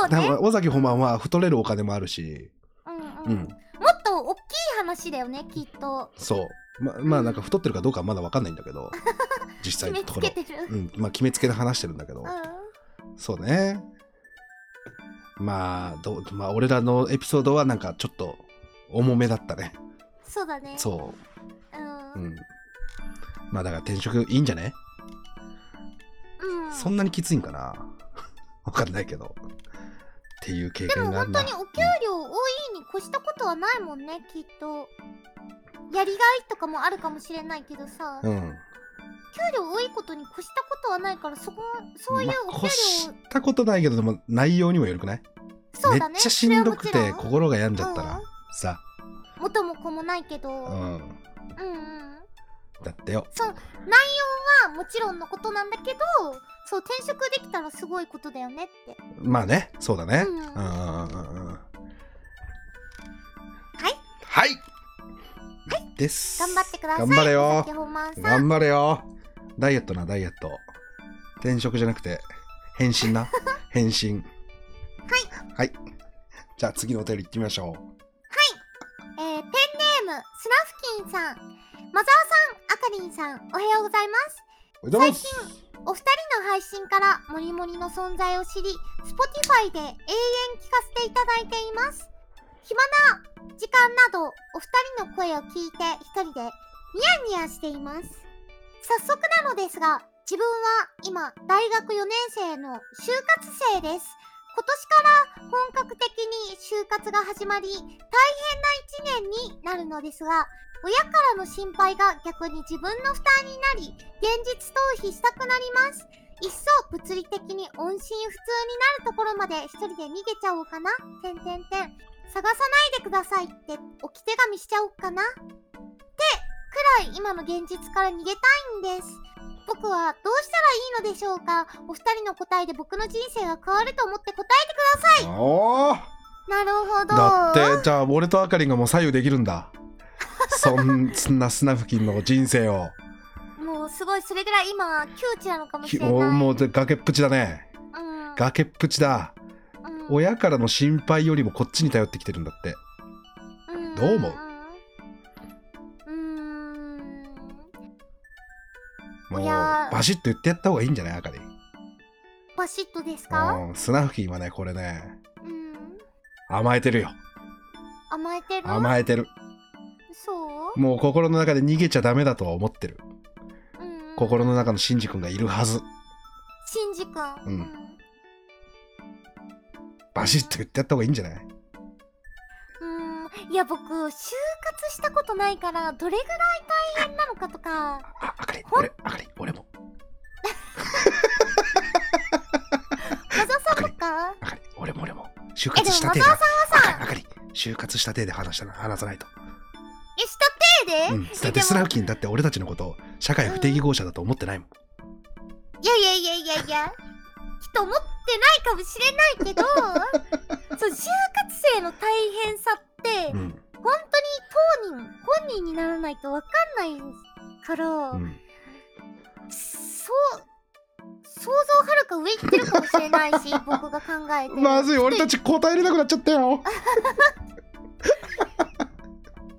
そう
多
ね。
分尾崎豊満は太れるお金もあるし
うん
う
うんん。もっと大きい話だよね、きっと。
そうままあなんか太ってるかどうかはまだ分かんないんだ けど実際の
決め
と
つ
こ
け
ろ
てる。
うん、まあ決めつけで話してるんだけど、
うん。
そうね。まあ、どう、まあ、俺らのエピソードはなんかちょっと重めだったね。
そうだね。。
そうう、うんん。まあだから転職いいんじゃね、
うん。
そんなにきついんかな わかんないけど。っていう経
でも
験があん
本
な
当にお給料多いに越したことはないもんね、きっと。やりがいとかもあるかもしれないけどさ、
う
給
ん。
料多いことに越したことはないから、そこ、そういう
ま
お
あ
給料、
越したことないけど、でも内容にもよるくない、
そうだね。
めっちゃしんどく
それ
て
はもちろん
心が病んじゃったら、
うん
さ、
元も子もないけど、う
うん
うん。
ん。だってよ。
そう内容はもちろんのことなんだけどそう転職できたらすごいことだよねって
まあね、そうだね。
う
うんんうんうんうんうん。はいはい。です。
頑張ってください
頑張れ
お
よ
酒。本番さん
頑張れよ。ダイエットな、ダイエット。転職じゃなくて、変身 な。変身。はい。はい。じゃあ次のお便り行ってみましょ
えーペンネームスナフキンさんマザーさんあかりんさんおはようございます
う。おはようございます。
お二人の配信からモリモリの存在を知り Spotify で永遠聞かせていただいています暇な時間などお二人の声を聞いて一人でニヤニヤしています早速なのですが自分は今大学4年生の就活生です今年から本格的に就活が始まり大変な一年になるのですが親からの心配が逆に自分の負担になり現実逃避したくなります一層物理的に音信不通になるところまで一人で逃げちゃおうかなてんてんてん探さないでくださいって置き手紙しちゃおうかなってくらい今の現実から逃げたいんです僕はどうしたらいいのでしょうかお二人の答えで僕の人生が変わると思って答えてください
おー
なるほど
だって、じゃあ俺とあかりんがもう左右できるんだ。そんそんな砂付近の人生 を。
もうすごいそれぐらい今窮地なのかもし
ひ
れない
おもう崖っぷちだね。
うん
崖っぷちだ。
うん
親からの心配よりもこっちに頼ってきてるんだってどう思う
うーん
もう
いやー
バシッと言ってやった方がいいんじゃないあかり
ババシッとですか
うん、スナフキンはね、これね、
うん
甘えてるよ。
甘えてる
甘えてる。
そう
もう心の中で逃げちゃダメだとは思ってる。
うん
心の中のシンジ君がいるはず。
シンジ君
う
うんん
バシッと言ってやった方がいいんじゃない
うんいや僕就活したことないからどれぐらい大変なのかとか
あ、あかり、俺、あかり、俺も。
マザさんと か
あかり、俺も俺も。就
え
活
でも
した
マ
て
ザ
で。
さんは
あ
さ
かり、就活した手で話したな話さないと。
えした
う
て
ん、
で
だって
え
ス
で
ナ
も
フキンだって俺たちのことを社会不適合者だと思ってないもん。
いやいやいやいやいやきっと思ってないかもしれな いけどそう就活生の大変さって
うん、
本当に当人本人にならないと分かんないから、
うん、
そう想像をはるか上行ってるかもしれない し僕が考えて
まずい、俺たち答えれなくなっちゃったよ。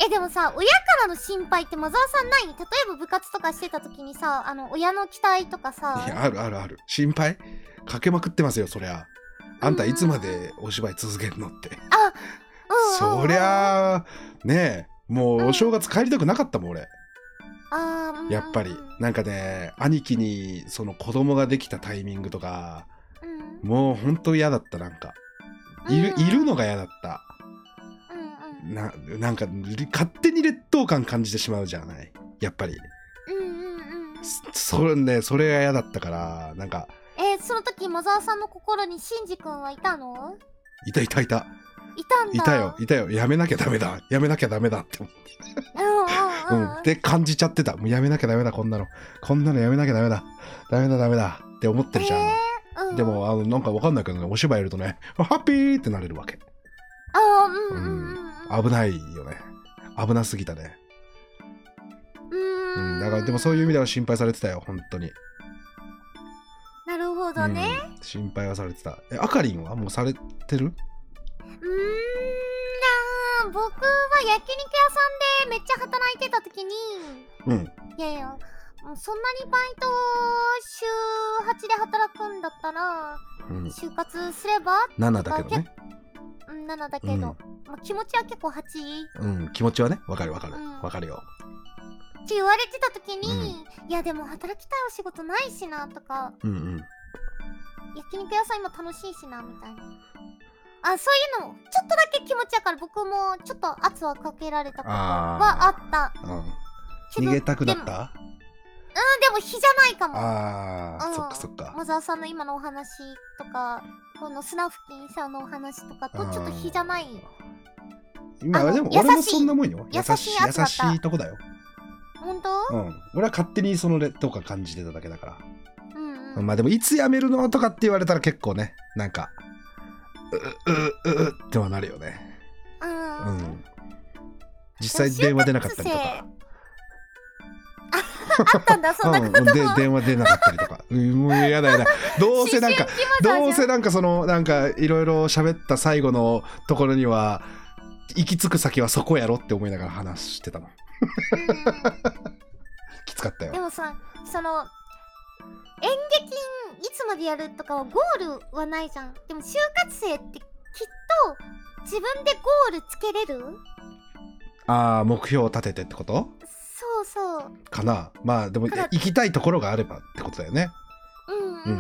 えでもさ親からの心配ってマザーさんない例えば部活とかしてた時にさあの親の期待とかさ
いや、あるあるある。心配かけまくってますよ、そりゃ。あんたいつまでお芝居続けるのって。
うんうんうん
そりゃあ、ねえ、もうお正月帰りたくなかったもん、俺。
あーうん
やっぱり。なんかね、兄貴にその子供ができたタイミングとか、
うん
もうほんと嫌だった、なんか。いる、いるのが嫌だった。
うんうん
ななんかり勝手に劣等感感じてしまうじゃないやっぱり
うんうんうんうん
そそれねそれが嫌だったからなんか
えその時マザーさんの心にシンジ君はいたの
いたいたいた
いたんだ
いたよいたよやめなきゃダメだやめなきゃダメだって思って、
う
う
んうん
ん
うん、
って感じちゃってたもうやめなきゃダメだこんなのこんなのやめなきゃダメだダメだダメだって思ってるじゃん、
えーうん
でもあのなんかわかんないけどねお芝居いるとねハッピーってなれるわけ
ああうんうんうんうん
危ないよね危なすぎたね、
う
う
ー
ん、だからでもそういう意味では心配されてたよ本当に
なるほどね
うん、心配はされてたえあかりんはもうされてる
うーんあー僕は焼肉屋さんでめっちゃ働いてた時に
うん
いやいやもうそんなにバイト週8で働くんだったら
うん、
就活すれば
7だけどね、
うん7だけ
う
ど、
ん
まあ気持ちは結構8って
うん、気持ちはねわかるわかる
うん
わかるよ
言われてた時に、いやでも働きたいお仕事ないしなとか
うんうん
焼肉屋さん今楽しいしなみたいなあそういうのもちょっとだけ気持ちやから僕もちょっと圧はかけられたことはあ
あ
った
あ、うん、
けど
逃げたくな
で
っ
も
た
うんでも日じゃないかも
あー、
うん
そっかそっか
マザーさんの今のお話とかこのスナフキンさんのお話とかとちょっと日じゃないあ
今
の
でも俺も
優しい
そんなもんよ
優しい
優
やつだっ
したいとこだよ、
本当
うん、俺は勝手にその劣等感感じてただけだか
うん
ら、
うん
まあでもいつ辞めるのとかって言われたら結構ねなんかううううってはなるよねう
うん
ん実際電話出なかったりとか
あったんだそんなこと
うん、
も
で電話出なかったりとかうんもうやだやだどうせなんかどうせなんかそのなんかいろいろ喋った最後のところには行き着く先はそこやろって思いながら話してたのきつかった
うんで
よ
もさその演劇いつまでやるとかはゴールはないじゃんでも就活生ってきっと自分でゴールつけれる
ああ目標を立ててってこと
そうそう
かなまあでも
ただ
行きたいところがあればってことだよね
うんうん、
う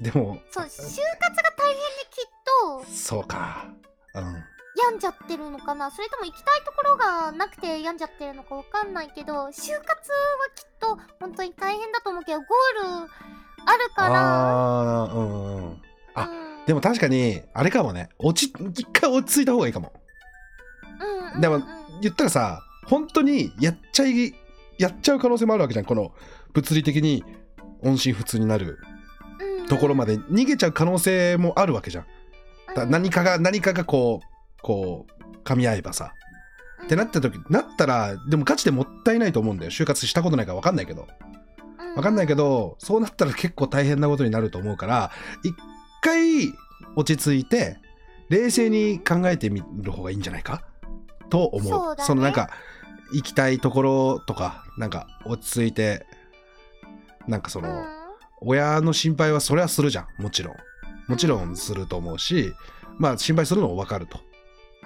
んでも
そう就活が大変できっと
そうかうん
病んじゃってるのかなそれとも行きたいところがなくて病んじゃってるのかわかんないけど就活はきっと本当に大変だと思うけどゴールあるから
ああーうんうんあ
うん
でも確かにあれかもね落ち一回落ち着いた方がいいかも
うんうんうん
でも言ったらさ本当にやっちゃいやっちゃう可能性もあるわけじゃんこの物理的に音信不通になる
うんうん
ところまで逃げちゃう可能性もあるわけじゃんだ
うん
何かが何かがこうこう噛み合えばさってなった時なったらでもガチでもったいないと思うんだよ就活したことないから分かんないけど
うん
分かんないけどそうなったら結構大変なことになると思うから一回落ち着いて冷静に考えてみる方がいいんじゃないかと思う
そうだね
のなんか行きたいところとかなんか落ち着いてなんかその、
うん
親の心配はそれはするじゃんもちろんもちろんすると思うしまあ心配するのも分かると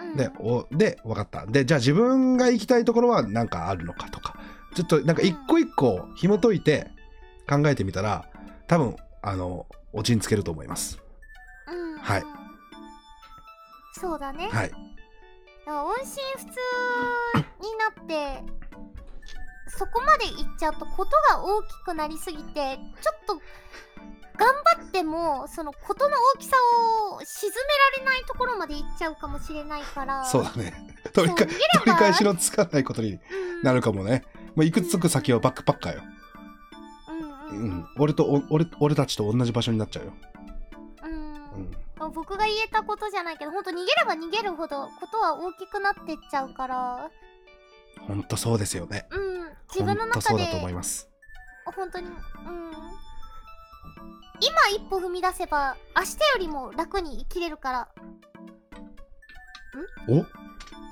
うん
でおで分かったでじゃあ自分が行きたいところは何かあるのかとかちょっとなんか一個一個紐解いて考えてみたら多分あのオチにつけると思います
うん
はい
そうだね、
はい
だから音信不通になってそこまでいっちゃうとことが大きくなりすぎてちょっと頑張ってもそのことの大きさを沈められないところまでいっちゃうかもしれないから
そうだね取りか
そう
取
見れば
り返しのつかないことに
うん
なるかもねもういくつく先はバックパッカーよ、
うん
う
うん
ん、俺とお俺俺たちと同じ場所になっちゃうよ、
うん
うん、
僕が言えたことじゃないけど本当逃げれば逃げるほどことは大きくなってっちゃうから
ほんとそうですよね
うん自
ほ
分の
んとそ
中
う
で
だと思います
本当にうん今一歩踏み出せば明日よりも楽に生きれるから
お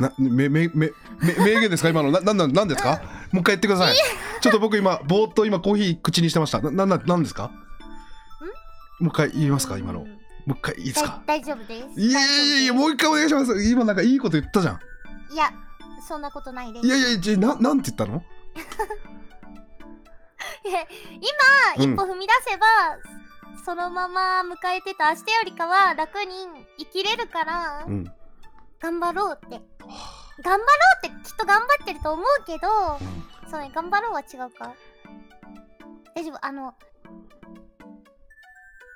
なめめめめ名言ですか今のななんなんなんですかもう一回言ってくださいちょっと僕今ぼーっと今コーヒー口にしてましたななんなんなんですかもう一回言いますか今の
う
も
ん
う一回いいです
だ
か
大丈夫です
いやいやいやいやもう一回お願いします今なんかいいこと言ったじゃん
いやそんなことないです
いやいやちななんて言ったの
今、
うん
一歩踏み出せばそのまま迎えてた明日よりかは楽に生きれるから、
うん
頑張ろうって
は
頑張ろうってきっと頑張ってると思うけど
あうん
そうね頑張ろうは違うか大丈夫あの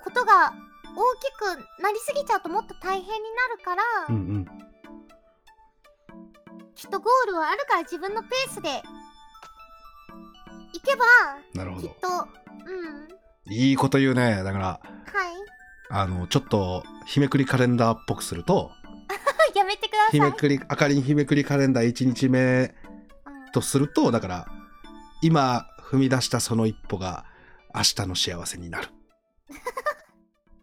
ことが大きくなりすぎちゃうともっと大変になるから、
うんうん
きっとゴールはあるから自分のペースでいけば
なるほ
きっ
ど
とうん
いいこと言うねだから
はい
あのちょっと日めくりカレンダーっぽくすると
やめてください
日めくりあかりん日めくりカレンダー1日目
うん
とするとだから今踏み出したその一歩が明日の幸せになる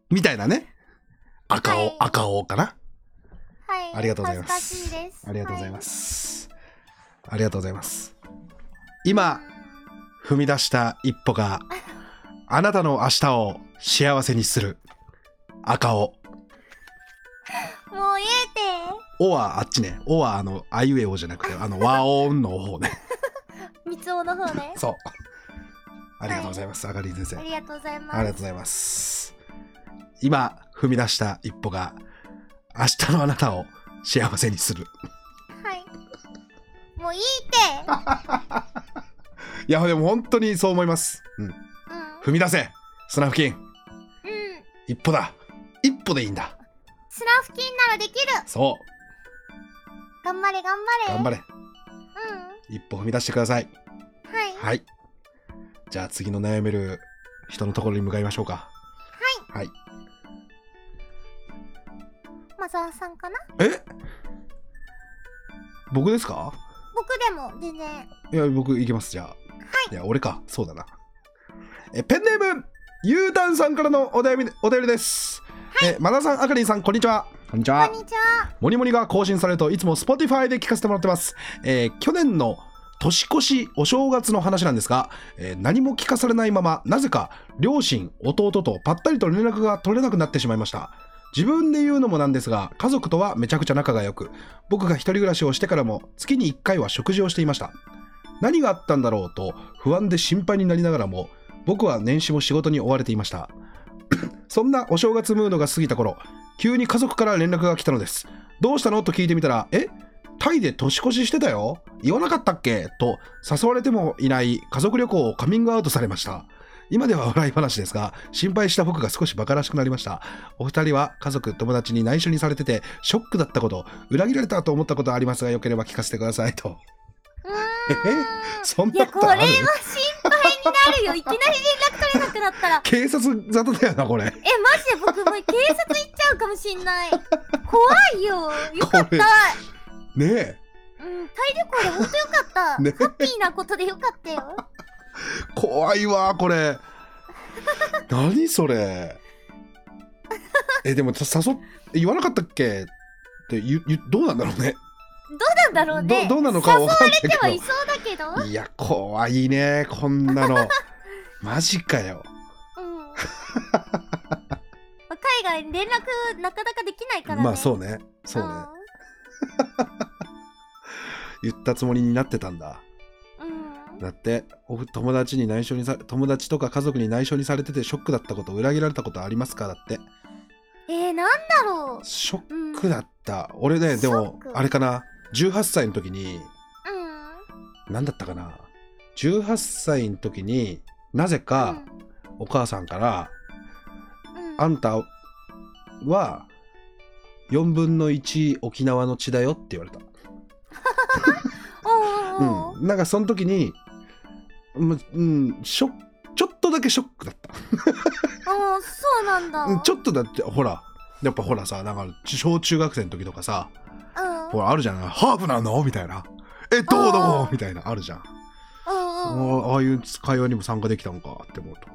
みたいなね赤尾、
はい
赤尾かな
はい
ありがとうございます
恥ずかしいです、
ありがとうございますす、ありがとうございます
は
今
い
踏み出した一歩があなたの明日を幸せにする赤尾
うんもう言え
おはあっちねおはあのあいうえおじゃなくてあの和音の方ね
て三つおの方 ね
そうありがとうございます、あかりん先生
ありがとうございます
ありがとうございます。今、踏み出した一歩が、明日のあなたを幸せにする。
はいもういいって
いや、でも本当にそう思います。うん。
うん
踏み出せスナフキン
うん
一歩だ一歩でいいんだ
スナフキンならできる
そう
頑張れ頑張れ
頑張
れ
れ一歩踏み出してください
うんはいはい
はい。じゃあ次の悩める人のところに向かいましょうか。はい。
マザーさんかな
え僕ですか
僕でも全然
いや、僕行きます、じゃあ。い。や、俺か。そうだな。え、ペンネーム、ゆうたんさんからのお便り、お便りです。え、まなさん、あかりんさん、こんにちは。こんにち
こんに ちは
もりもりが更新されるといつも Spotify で聞かせてもらってます、えー去年の年越しお正月の話なんですが、えー何も聞かされないままなぜか両親弟とぱったりと連絡が取れなくなってしまいました自分で言うのもなんですが家族とはめちゃくちゃ仲が良く僕が一人暮らしをしてからも月に1回は食事をしていました何があったんだろうと不安で心配になりながらも僕は年始も仕事に追われていました そんなお正月ムードが過ぎた頃急に家族から連絡が来たのですどうしたのと聞いてみたら、えタイで年越ししてたよ言わなかったっけと誘われてもいない家族旅行をカミングアウトされました。今では笑い話ですが、心配した僕が少し馬鹿らしくなりました。お二人は家族、友達に内緒にされてて、ショックだったこと、裏切られたと思ったことありますが、よければ聞かせてくださいと。
うーん
えそん
いや
な
こ
こ
れ
とあ
は
る
心配になるよいきなり連絡取れなくなったら
警察沙汰だよな、これ。
えマジで僕もう警察行っちゃうかもしんない怖いよよかった
これねえ。
うんタイ旅行でほんとよかっ た、
ね
ハッピーなことでよかったよ
怖いわこ れ何それえでもさ誘っ言わなかったっけってゆゆどうなんだろうね
なんだろうね
どどうなのかは分かんないけ
誘われてはい
ど
そうだけど
いや怖いねこんなのマジかよ
うんまあ海外連絡なかなかできないからね。
まあそうねそうね言ったつもりになってたんだ
うん。うん。
だってお友達に内緒にさ友達とか家族に内緒にされててショックだったこと裏切られたことありますかだって
えー、なんだろ
ショ
う。うん。
ックだった俺ねで
ショ
も
ック
あれかな18歳の時に
うん。
何だったかな18歳の時になぜかお母さんから
うん、うん。
あんたは4分の1沖縄の血だよって言われた。
おうおうおう
うん、なんかその時に、うんうん、ショッちょっとだけショックだった。
ああ、そうなんだ。
うんちょっとだってほらやっぱほらさなんか小中学生の時とかさ
うん。
ほらあるじゃないハーフなのみたいな。えどう
あ
の
ー
みたいなあるじゃん。
うんうん。
あああいう会話にも参加できたのかって思うと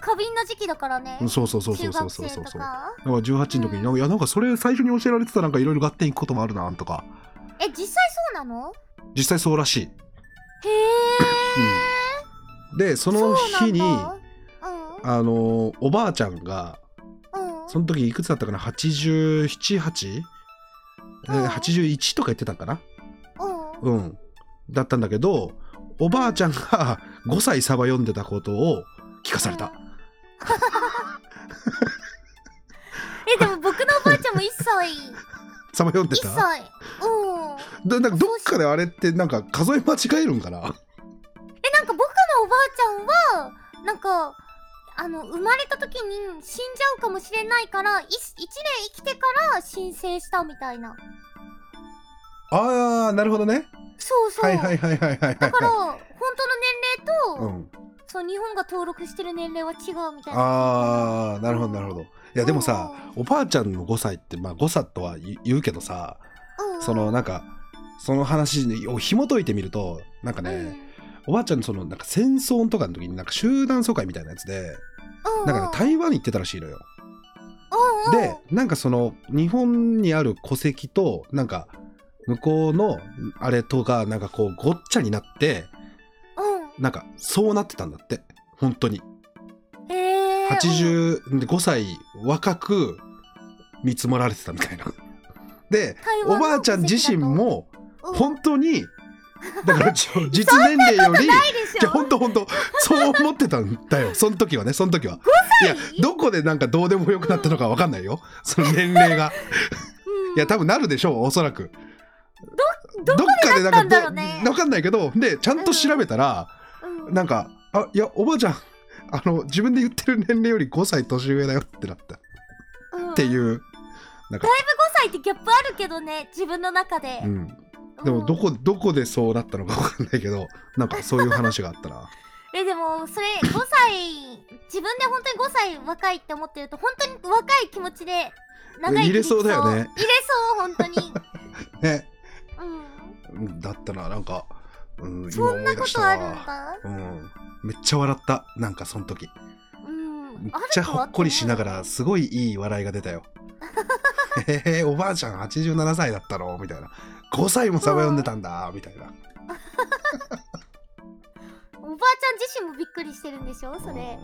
過敏の時期だからね。
うん。そうそうそうそう
中
そう
学
そう
生
そう
と
そう。
か。
なんか18の時に、なんかいやなんかそれ最初に教えられてたなんかいろいろ合点いくこともあるなとか
え、実際そうなの
実際そうらしい、う
へえ。
ん、でその日に
そう
あ
なんだ
のおばあちゃんが
うん。うん。
その時いくつだったかな87881
うん
とか言ってたんかな
うん。
うんだったんだけどおばあちゃんが 5歳サバ読んでたことを聞かされた、
え、でも僕のおばあちゃんも一歳。
サバ読んで
一
た
歳。うん。
だなんかどっかであれってなんか数え間違えるんかな
えなんか僕のおばあちゃんはなんかあの生まれた時に死んじゃうかもしれないからい1年生きてから申請したみたいな
あーなるほどね
そうそう、
はいはいはいはいはいは
だ
い
から
は
本当の年
い、う
齢と、
ん、
そう日本が登録してる年齢は違うみたいな
あーなるほどなるほどいやでもさ、おばあちゃんの5歳ってまあ誤差とは言言うけどさ
うん
そのなんかその話を紐解いてみるとなんかね、おばあちゃんのそのなんか戦争とかの時になんか集団疎開みたいなやつで
うん
なんかね台湾に行ってたらしいのよ。
うんうん
でなんかその日本にある戸籍となんか向こうのあれとかなんかこうごっちゃになって
うん
なんかそうなってたんだって本当に
へえ
85歳若く見積もられてたみたい な。で
台
お
湾の
ばあちゃん自身も本当 にだからちょ実年齢より
ないでし
じゃ
ょ
本当本当そう思ってたんだよその時はねその時は。いやどこでなんかどうでもよくなったのかわかんないよその年齢 が。
うん
いや多分なるでしょうおそらく。
ど
どっかで
なったんだろ
ど
うね
わかんないけどでちゃんと調べたら、
うん
なんか「あいやおばあちゃんあの自分で言ってる年齢より5歳年上だよ」ってなったっ
うん
ていう、なんか、
5歳ってギャップあるけどね自分の中で、
うん、でもどこどこでそうなったのかわかんないけどなんかそういう話があったな。
えでもそれ5歳自分で本当に5歳若いって思ってると本当に若い気持ちで長い
入れそうだよね
入れそう本当に
ね
うん
うんだったななんか、うん、今
そん
思
ない
出
こ
した
とあるん
わ、
だ
うん、めっちゃ笑ったなんかその時
うん
めっちゃほっこりしながらすごいいい笑いが出たよ へへへおばあちゃん87歳だったのみたいな5歳もサバ読んでたんだみたいな
おばあちゃん自身もびっくりしてるんでしょそれ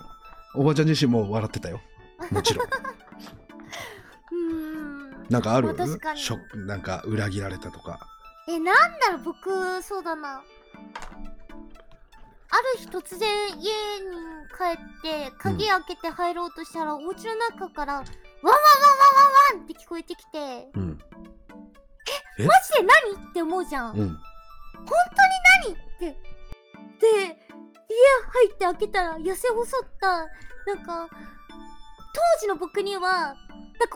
うんおばあちゃん自身も笑ってたよもち ろん
うん
なんかある
まあ確かに
ショックなんか裏切られたとか
えなんだろう僕そうだなある日突然家に帰って鍵開けて入ろうとしたら、お家の中からワンワンワンワンワンワンって聞こえてきて
うんえ
マジで何って思うじゃん、
う
本
ん
当に何ってで家入って開けたら痩せ細ったなんか当時の僕にはなんか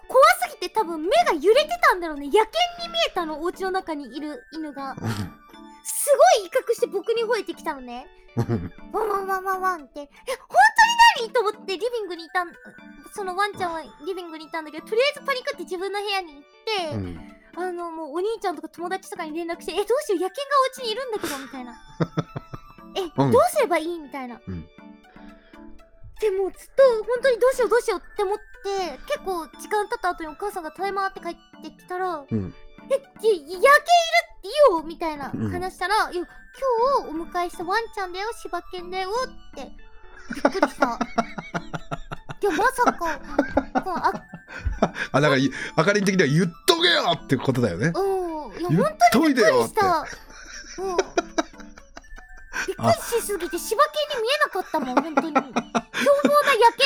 怖すぎて多分目が揺れてたんだろうね野犬に見えたのお家の中にいる犬がすごい威嚇して僕に吠えてきたのね
うん
ワンワンワンワンワンってえ本当に何と思ってリビングにいたんそのワンちゃんはリビングにいたんだけどとりあえずパニックって自分の部屋に行って、
うん
あのもうお兄ちゃんとか友達とかに連絡して「えどうしよう野犬がお家にいるんだけど」みた いな「え、
うん
どうすればいい?」みたいな、
うん
でもうずっと本当にどうしようどうしようって思って結構時間経った後にお母さんがただいまって帰ってきたら「
うん
えや野犬いるってよ」みたいな
うん
話したら「いや今 日お迎えしたワンちゃんだよ柴犬だよ」ってびっくりしたいやまさかこうあ
あだからいあかりん的には言っとけよってことだよね
うんいや
言っ
本
と
当に
い
び
て
っくり
よっ
してたうんびっくりしすぎて柴犬に見えなかったもん本当に凶暴な野犬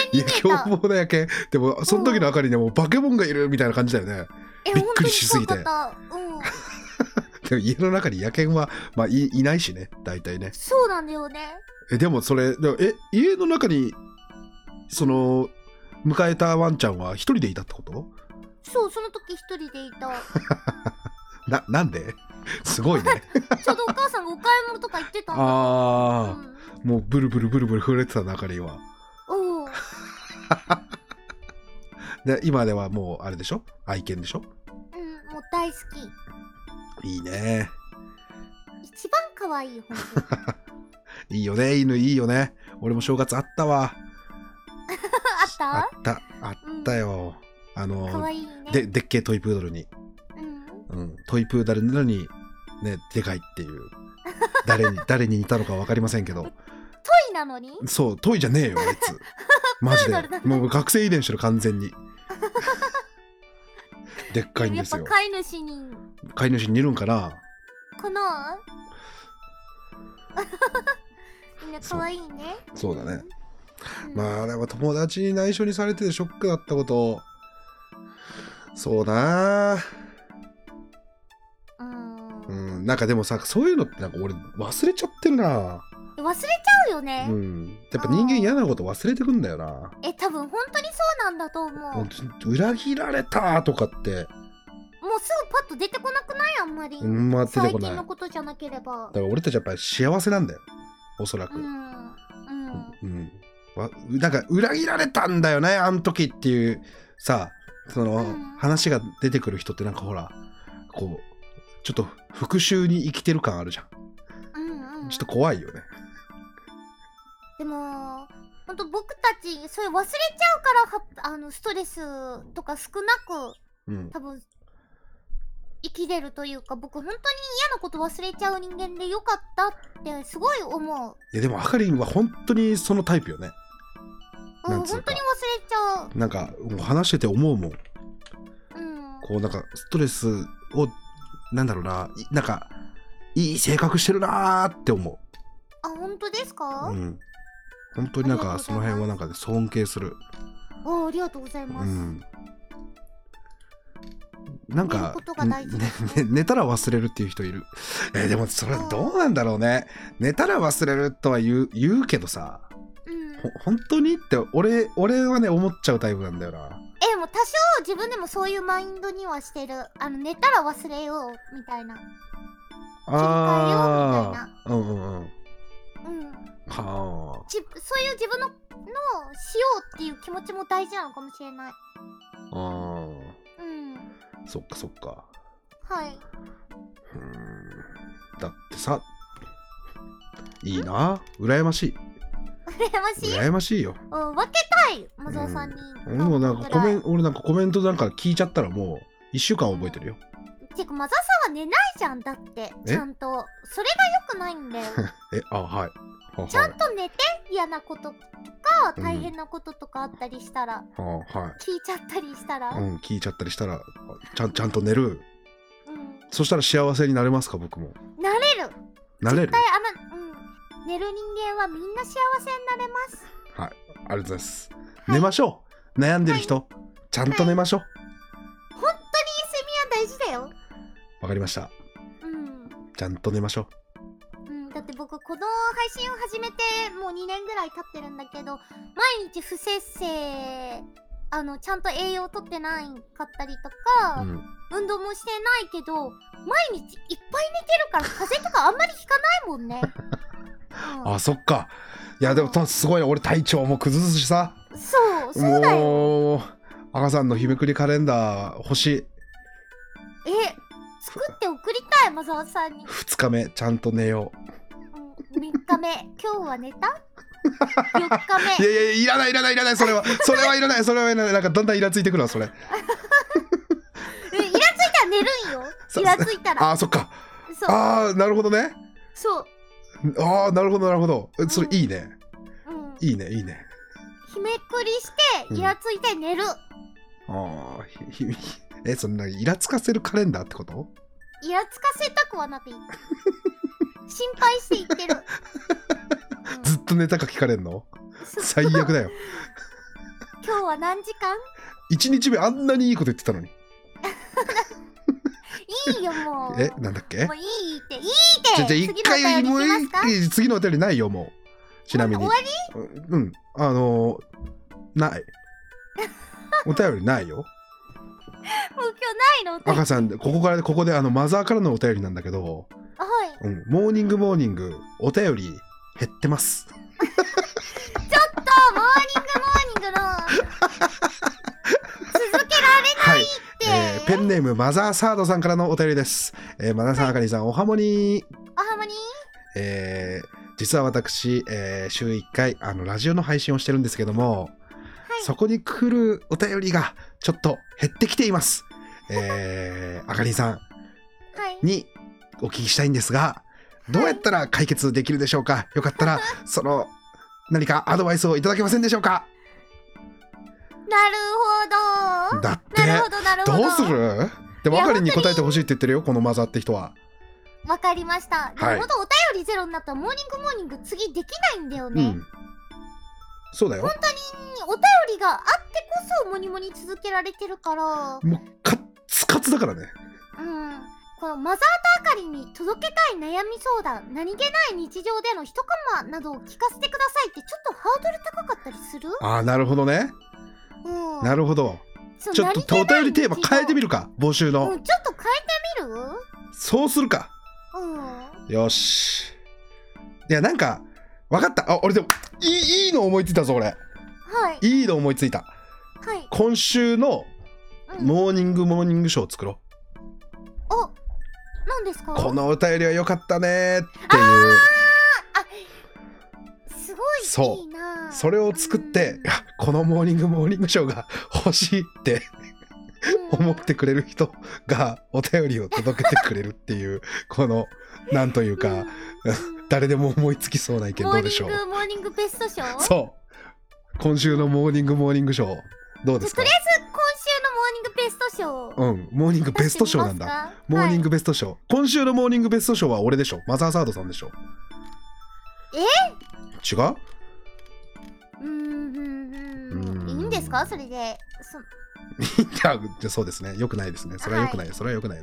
い
に
や
見え
凶
た
暴なやけんでもその時のあかりにはもうバケモンがいるみたいな感じだよね
え
びっくりしすぎて
本当にそうだったうん
でも家の中に野犬は、まあ、いいないしね大体ね
そうなんだよね
えでもそれでもえ家の中にその迎えたワンちゃんは一人でいたってこと
そうその時一人でいた
ななんですごい ね
ちょうどお母さんがお買い物とか行ってたんだう
あ
ん
あもうブルブルブルブル震えてた中には
うん
で今ではもうあれでしょ愛犬でしょ
うんもう大好き
いいね
一番可愛い本当に
いいよね犬いいよね俺も正月あったわ
あ っ
あ
た
ったあったよ、あ
可
の
愛いね
ででっけえトイプードルに、
うん
うん、トイプードルなのにねでかいっていう誰 に誰に似たのか分かりませんけど
恋なのに
そうトイじゃねえよあい つマジ
プードルな
で
のに
もう学生遺伝してる完全 にでっかいんです
や
よ
っぱ飼い主に
飼い主に似るんかな
かなみんな可愛いね
そうだね、
うん
まああれは友達に内緒にされててショックだったことそうなあ
うん
うんなんかでもさそういうのってなんか俺忘れちゃってるな
忘れちゃうよね、
うんやっぱ人間嫌なこと忘れてくんだよな
え多分本当にそうなんだと思うも
も
う
う裏切られたとかって
すぐパッと出てこなくないあんまり、
うんまあ出て
最
こない
近の
だか
ことじゃなければ
ら俺たちやっぱり幸せなんだよおそらく
うんうん
うん、わなんか裏切られたんだよねあの時っていうさその、
うん
話が出てくる人ってなんかほらこうちょっと復讐に生きてる感あるじゃん
うんうん
ちょっと怖いよね
でも本当僕たちそれ忘れちゃうからはあのストレスとか少なく
うん
多分生きれるというか僕本当に嫌なこと忘れちゃう人間でよかったってすごい思う、
いやでもあかりんは本当にそのタイプよね
うん、
なん
本
つ
当
う
に忘
か
れちゃう
なんかもう話してて思うもん
うん
こうなんかストレスをなんだろうないなんかいい性格してるなーって思
あ本当です
う
か、
うん本当になん
あ
か
りが
そ
とう
の
ございます
辺はなんかね尊敬する
あありがとうございます、
うん、なん
寝る
か
ことが大事ですね
ねね寝たら忘れるっていう人いるえーでもそれどうなんだろうね寝たら忘れるとは言う言うけどさ
うん、
ほ本当にって俺俺はね思っちゃうタイプなんだよな
えでも多少自分でもそういうマインドにはしてるあの寝たら忘れようみたいな
ああーうんうんうん
うん
はあ
じそういう自分ののしようっていう気持ちも大事なのかもしれない
あ
うん
ーそっかそっか
はい、
うーんだってさいいな羨ましい
羨ましい、
羨ましいよ
うん、分けたいマゾウさんに、
もうなんかコメ
ン
ン俺なんかコメントなんか聞いちゃったらもう1週間覚えてるよ
てかマザウさんは寝ないじゃんだって
え
ちゃんとそれが良くないんだ よ
えあはいあはい
ちゃんと寝て嫌なこととか
うん
大変なこととかあったりしたら、
あは
聞いちゃったりしたら、
いうん聞いちゃったりしたらあちゃんちゃんと寝る
うん
そしたら幸せになれますか僕も
なれる
なれ
絶
る
対あの、うん、寝る人間はみんな幸せになれます
はいありがとうございます
はい
寝ましょう悩んでる人ちゃんと寝ましょう
本当に睡眠は大事だよ
わかりました
うん
ちゃんと寝ましょ
うん、だって僕この配信を始めてもう2年ぐらい経ってるんだけど毎日不摂生あのちゃんと栄養とってないかったりと
う
か
う、ん
運動もしてないけど毎日いっぱい寝てるから風邪とかあんまりひかないもん ね、
あそっかいやでもたすごいな俺体調も崩すしさ
うん、そうそうだよ
もう赤さんの日めくりカレンダー欲しい
え作って送りたいマザオさんに、
2日目ちゃんと寝よう
うん、3日目今日は寝た ?4 日
い
目
やいやいらないいらないいらないそれはそれはいらないそれはいらないなんかだんだんイラついてくるわそれ
うんイラついたら寝るんよ
さ
イラついたら
あーそっか
そう
ああなるほどね
そう
ああなるほどなるほどえそれいいね
うん
いいねいいね
一日めくりしてイラついて寝る、
ああ、ひひえ、そんなイラつかせるカレンダーってこと
イラつかせたくは なくい心配して言ってる、うん
ずっとネタ書きかれんの最悪だよ。
今日は何時間
1日目あんなにいいこと言ってたのに。
いいよもう
え、なんだっけ
もういいっていいっ
じ
て
ゃじゃ一回
次の
も
お
う
便り行きますか
いい次のお便りないよもうちなみに
終わり
うんあのー ないお便りないよ
もう今日ないの
赤さんここからここであのマザーからのお便りなんだけど、
あはい
うん、モーニングモーニングお便り減ってます
ちょっとモーニングモーニングの続けられ
はい、
ない
え
っ
ー
て、
ペンネームマザーサードさんからのお便りです、えーマザーさんあかりさんおはもに
おはもに
えー実は私、えー週1回あのラジオの配信をしてるんですけども、
い
そこに来るお便りがちょっと減ってきています。えーあかりんさ
はい
んにお聞きしたいんですがどうやったら解決できるでしょうかよか ったらその何かアドバイスをいただけませんでしょうか
なるほど
だっ
なる
て
ほどな るほど
どうするでも
い
あ
や
かりんに答えてほしいって言ってるよこのマザーって人は。
わかりました。でも
はい
本当お便りゼロになったらモーニングモーニング次できないんだよ
う
ね。
ん、そうだよ
本。当にお便りがあってこそモニモニ続けられてるから、
もうカッツカツだからね。
うん。このマザーとあかりに届けたい悩み相談、何気ない日常での一コマなどを聞かせてくださいってちょっとハードル高かったりする
ああなるほどね。
うん。
なるほど。
そう
ちょっとお便りテーマ変えてみ
る
るか募集の、
うん、ちょっと変えてみる
そうするか
うん。
よしいやなんかわかったあ俺でもいいいいの思いついたぞ俺
はい。
いいの思いついた
はい。
今週の
うん
モーニングモーニングショーを作ろ
お、何ですか
う、このお便りは良かったねーっていう
すごい
そう
いいなぁ
それを作って
うん
いやこのモーニングモーニングショーが欲しいって
うん
思ってくれる人がお便りを届けてくれるっていうこのなんというか誰でも思いつきそうな意見どうでしょう
モーニングモーニングベスト賞じゃ
そう今週のモーニングモーニングショーどうです
と
か
りあえず今週のモーニングベスト賞を
うんモーニングベストショーなんだ
だ
モーニン
グ、
グベストショー、今週のモーニングベストショーは俺でしょマザーサードさんでしょえ違う
はい、うーんうんうん
うーん
いいんですかそれでそ
いやじゃそうですねよくないですねそれはよくない、それはよくない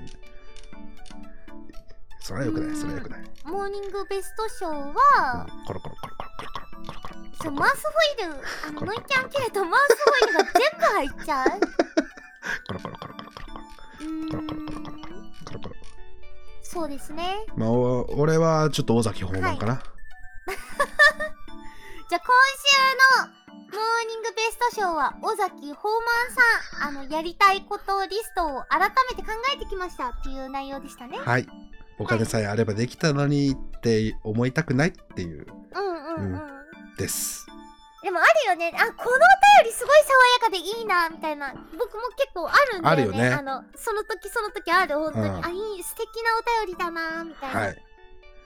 それはよくないそれはよくない、
モーニングベスト賞
うん
は、
コロコロコロコロコロコロコロコロコ
そ
ロ
うマウスホイールあのノイキャン切るとマウスホイールが全部入っち ゃう
コロコロコロコロコロコロ
うーん
コロコロ
そうですね
まあお俺はちょっと尾崎訪問かな、
じゃあ今週のモーニングベスト賞は尾崎豊満さんあのやりたいことリストを改めて考えてきましたっていう内容でしたね。
はい。お金さえあればできたのにって思いたくないっていう
うんうんうん。
うです。
でもあるよね。あこのお便りすごい爽やかでいいなみたいな僕も結構あるんだよね。
あるよね
あのその時その時ある本当に、
うん
あいい素敵なお便りだなみたいな。
はい。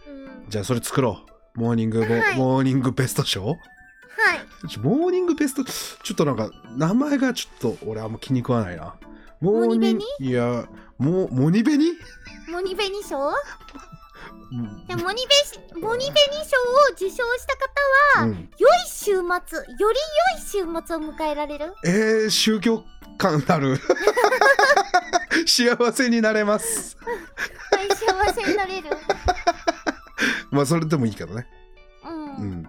うん、はい。
じゃあそれ作ろう。モーニングボ、
はい
モーニングベストショーちょモーニングベストちょっとなんか名前がちょっと俺あんま気に食わないな。モーニン
モニ
いや、モモニベニ
モニベニ賞
うん
でモニベシモニベニ賞を受賞した方は
うん
良い週末より良い週末を迎えられる。
えー、宗教感あ る。幸せになれます。
はい、幸せにな れる。
まあそれでもいいけどね。
う。
うんん。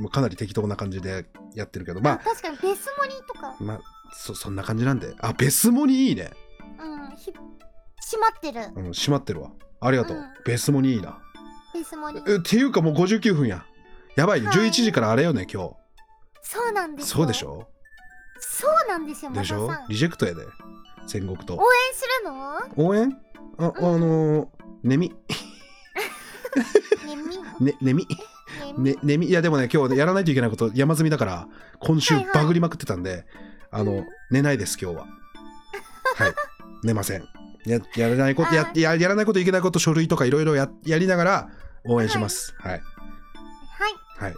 まあかなり適当な感じでやってるけど、ま
まあ、
あ
確かにベスモニとか、
まあそそんな感じなんであベスモニいいね
うん、ひ閉まってる。
うん閉まってるわありがとう、
うん
ベスモニいいな
ベスモニ。
えっていうかもう59分ややばいね、
はい
11時からあれよね今
そうなんで
日
すよ。
そうでしょ
そうなんですよ、
で
マサ
し
さん。応
ょリジェクトやで戦国と
援するの
応援あ、
うん
あのー、ねみ
ね
ねね
み、ね
み
み。
ねねみいやでもね今日やらないといけないこと山積みだから今週
はいはい
バグりまくってたんで、あの、
うん
寝ないです今日 ははい寝ませんややらないことや
あー
ややらないこといけないこと書類とかいろいろややりながら応援しますはい
はい。
はい、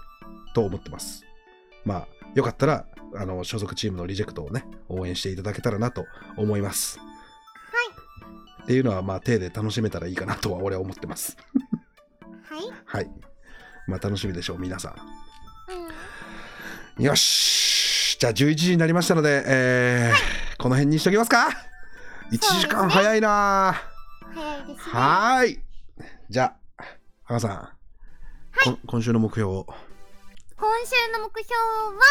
と思ってますまあ、よかったら、あの、所属チームのリジェクトをね、応援していただけたらなと思います。っていうのは、まあ、手で楽しめたらいいかなとは、俺は思ってます。 は
はい。
い。まあ、楽しみでしょう、皆さ
うん。
ん。よし。じゃあ、11時になりましたので、えーこの辺にしときますか。1時
そうです
間
ね
早いなあ
早いですね。
はーい。じゃあ、ハガさん、こん今週の目標を。
今週の目標は、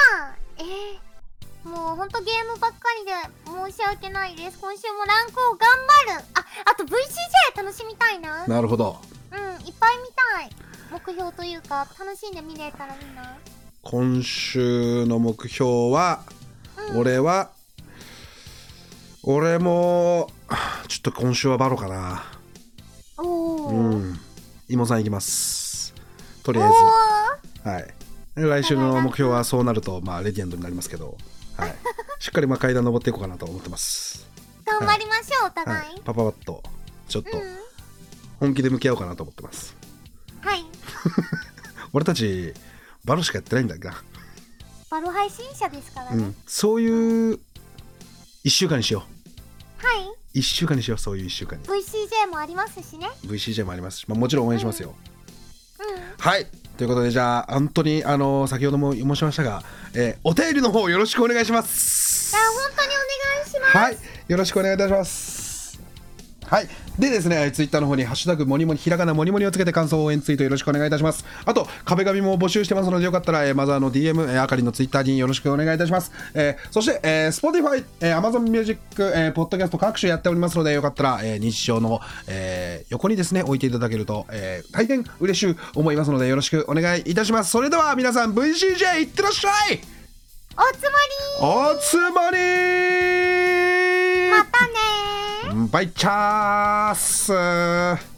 えー、もうほんとゲームばっかりで申し訳ないです。今週もランクを頑張る。あ、あと VCJ 楽しみたいな。うん、いっ
なるほど。
ぱい見たい。目標というか、楽しんで見れたらいいな。
今週の目標は、
うん
俺は、俺も、ちょっと今週はバロかな。
おー。
うん。イモさんいきます。とり
お
あ
ー
え。ず。はい。来週の目標はそうなると、まあ、レディアンドになりますけど、はい。しっかりまあ階段登っていこうかなと思ってます。
頑張りましょう、お
は
互い。
い。パパパッと、ちょっと
うん。
本気で向き合おうかなと思ってます。
はい。
俺たちバロしかやってないんだっけな、
バロ配信者ですから
う
ね。
ん、そういう1週間にしよ
はい。
う1週間にしようそういう1週間に
VCJ もありますしね。
VCJ もありますし、まあ、もちろん応援しますよ、
うん。
はいということでじゃあ本当にあの先ほども申しましたが、えーお便りの方よろしくお願いします
あ、本当にお願いします。
はい、よろしくお願いいたします。はい、でですね、ツイッターの方にハッシュタグもにもにひらがなもにもにをつけて感想応援ツイートよろしくお願いいたします。あと壁紙も募集してますのでよかったら、えー、まずあの DM、えーあかりのツイッターによろしくお願いいたします。えーそして、えー、Spotify、えー、Amazon Music、えー、ポッドキャスト各種やっておりますのでよかったら、えー日常の、えー横にですね置いていただけると、えー大変嬉しい思いますのでよろしくお願いいたします。それでは皆さん VCJ いってらっしゃい。
おつまり
おつまり
またねー。
バイチャース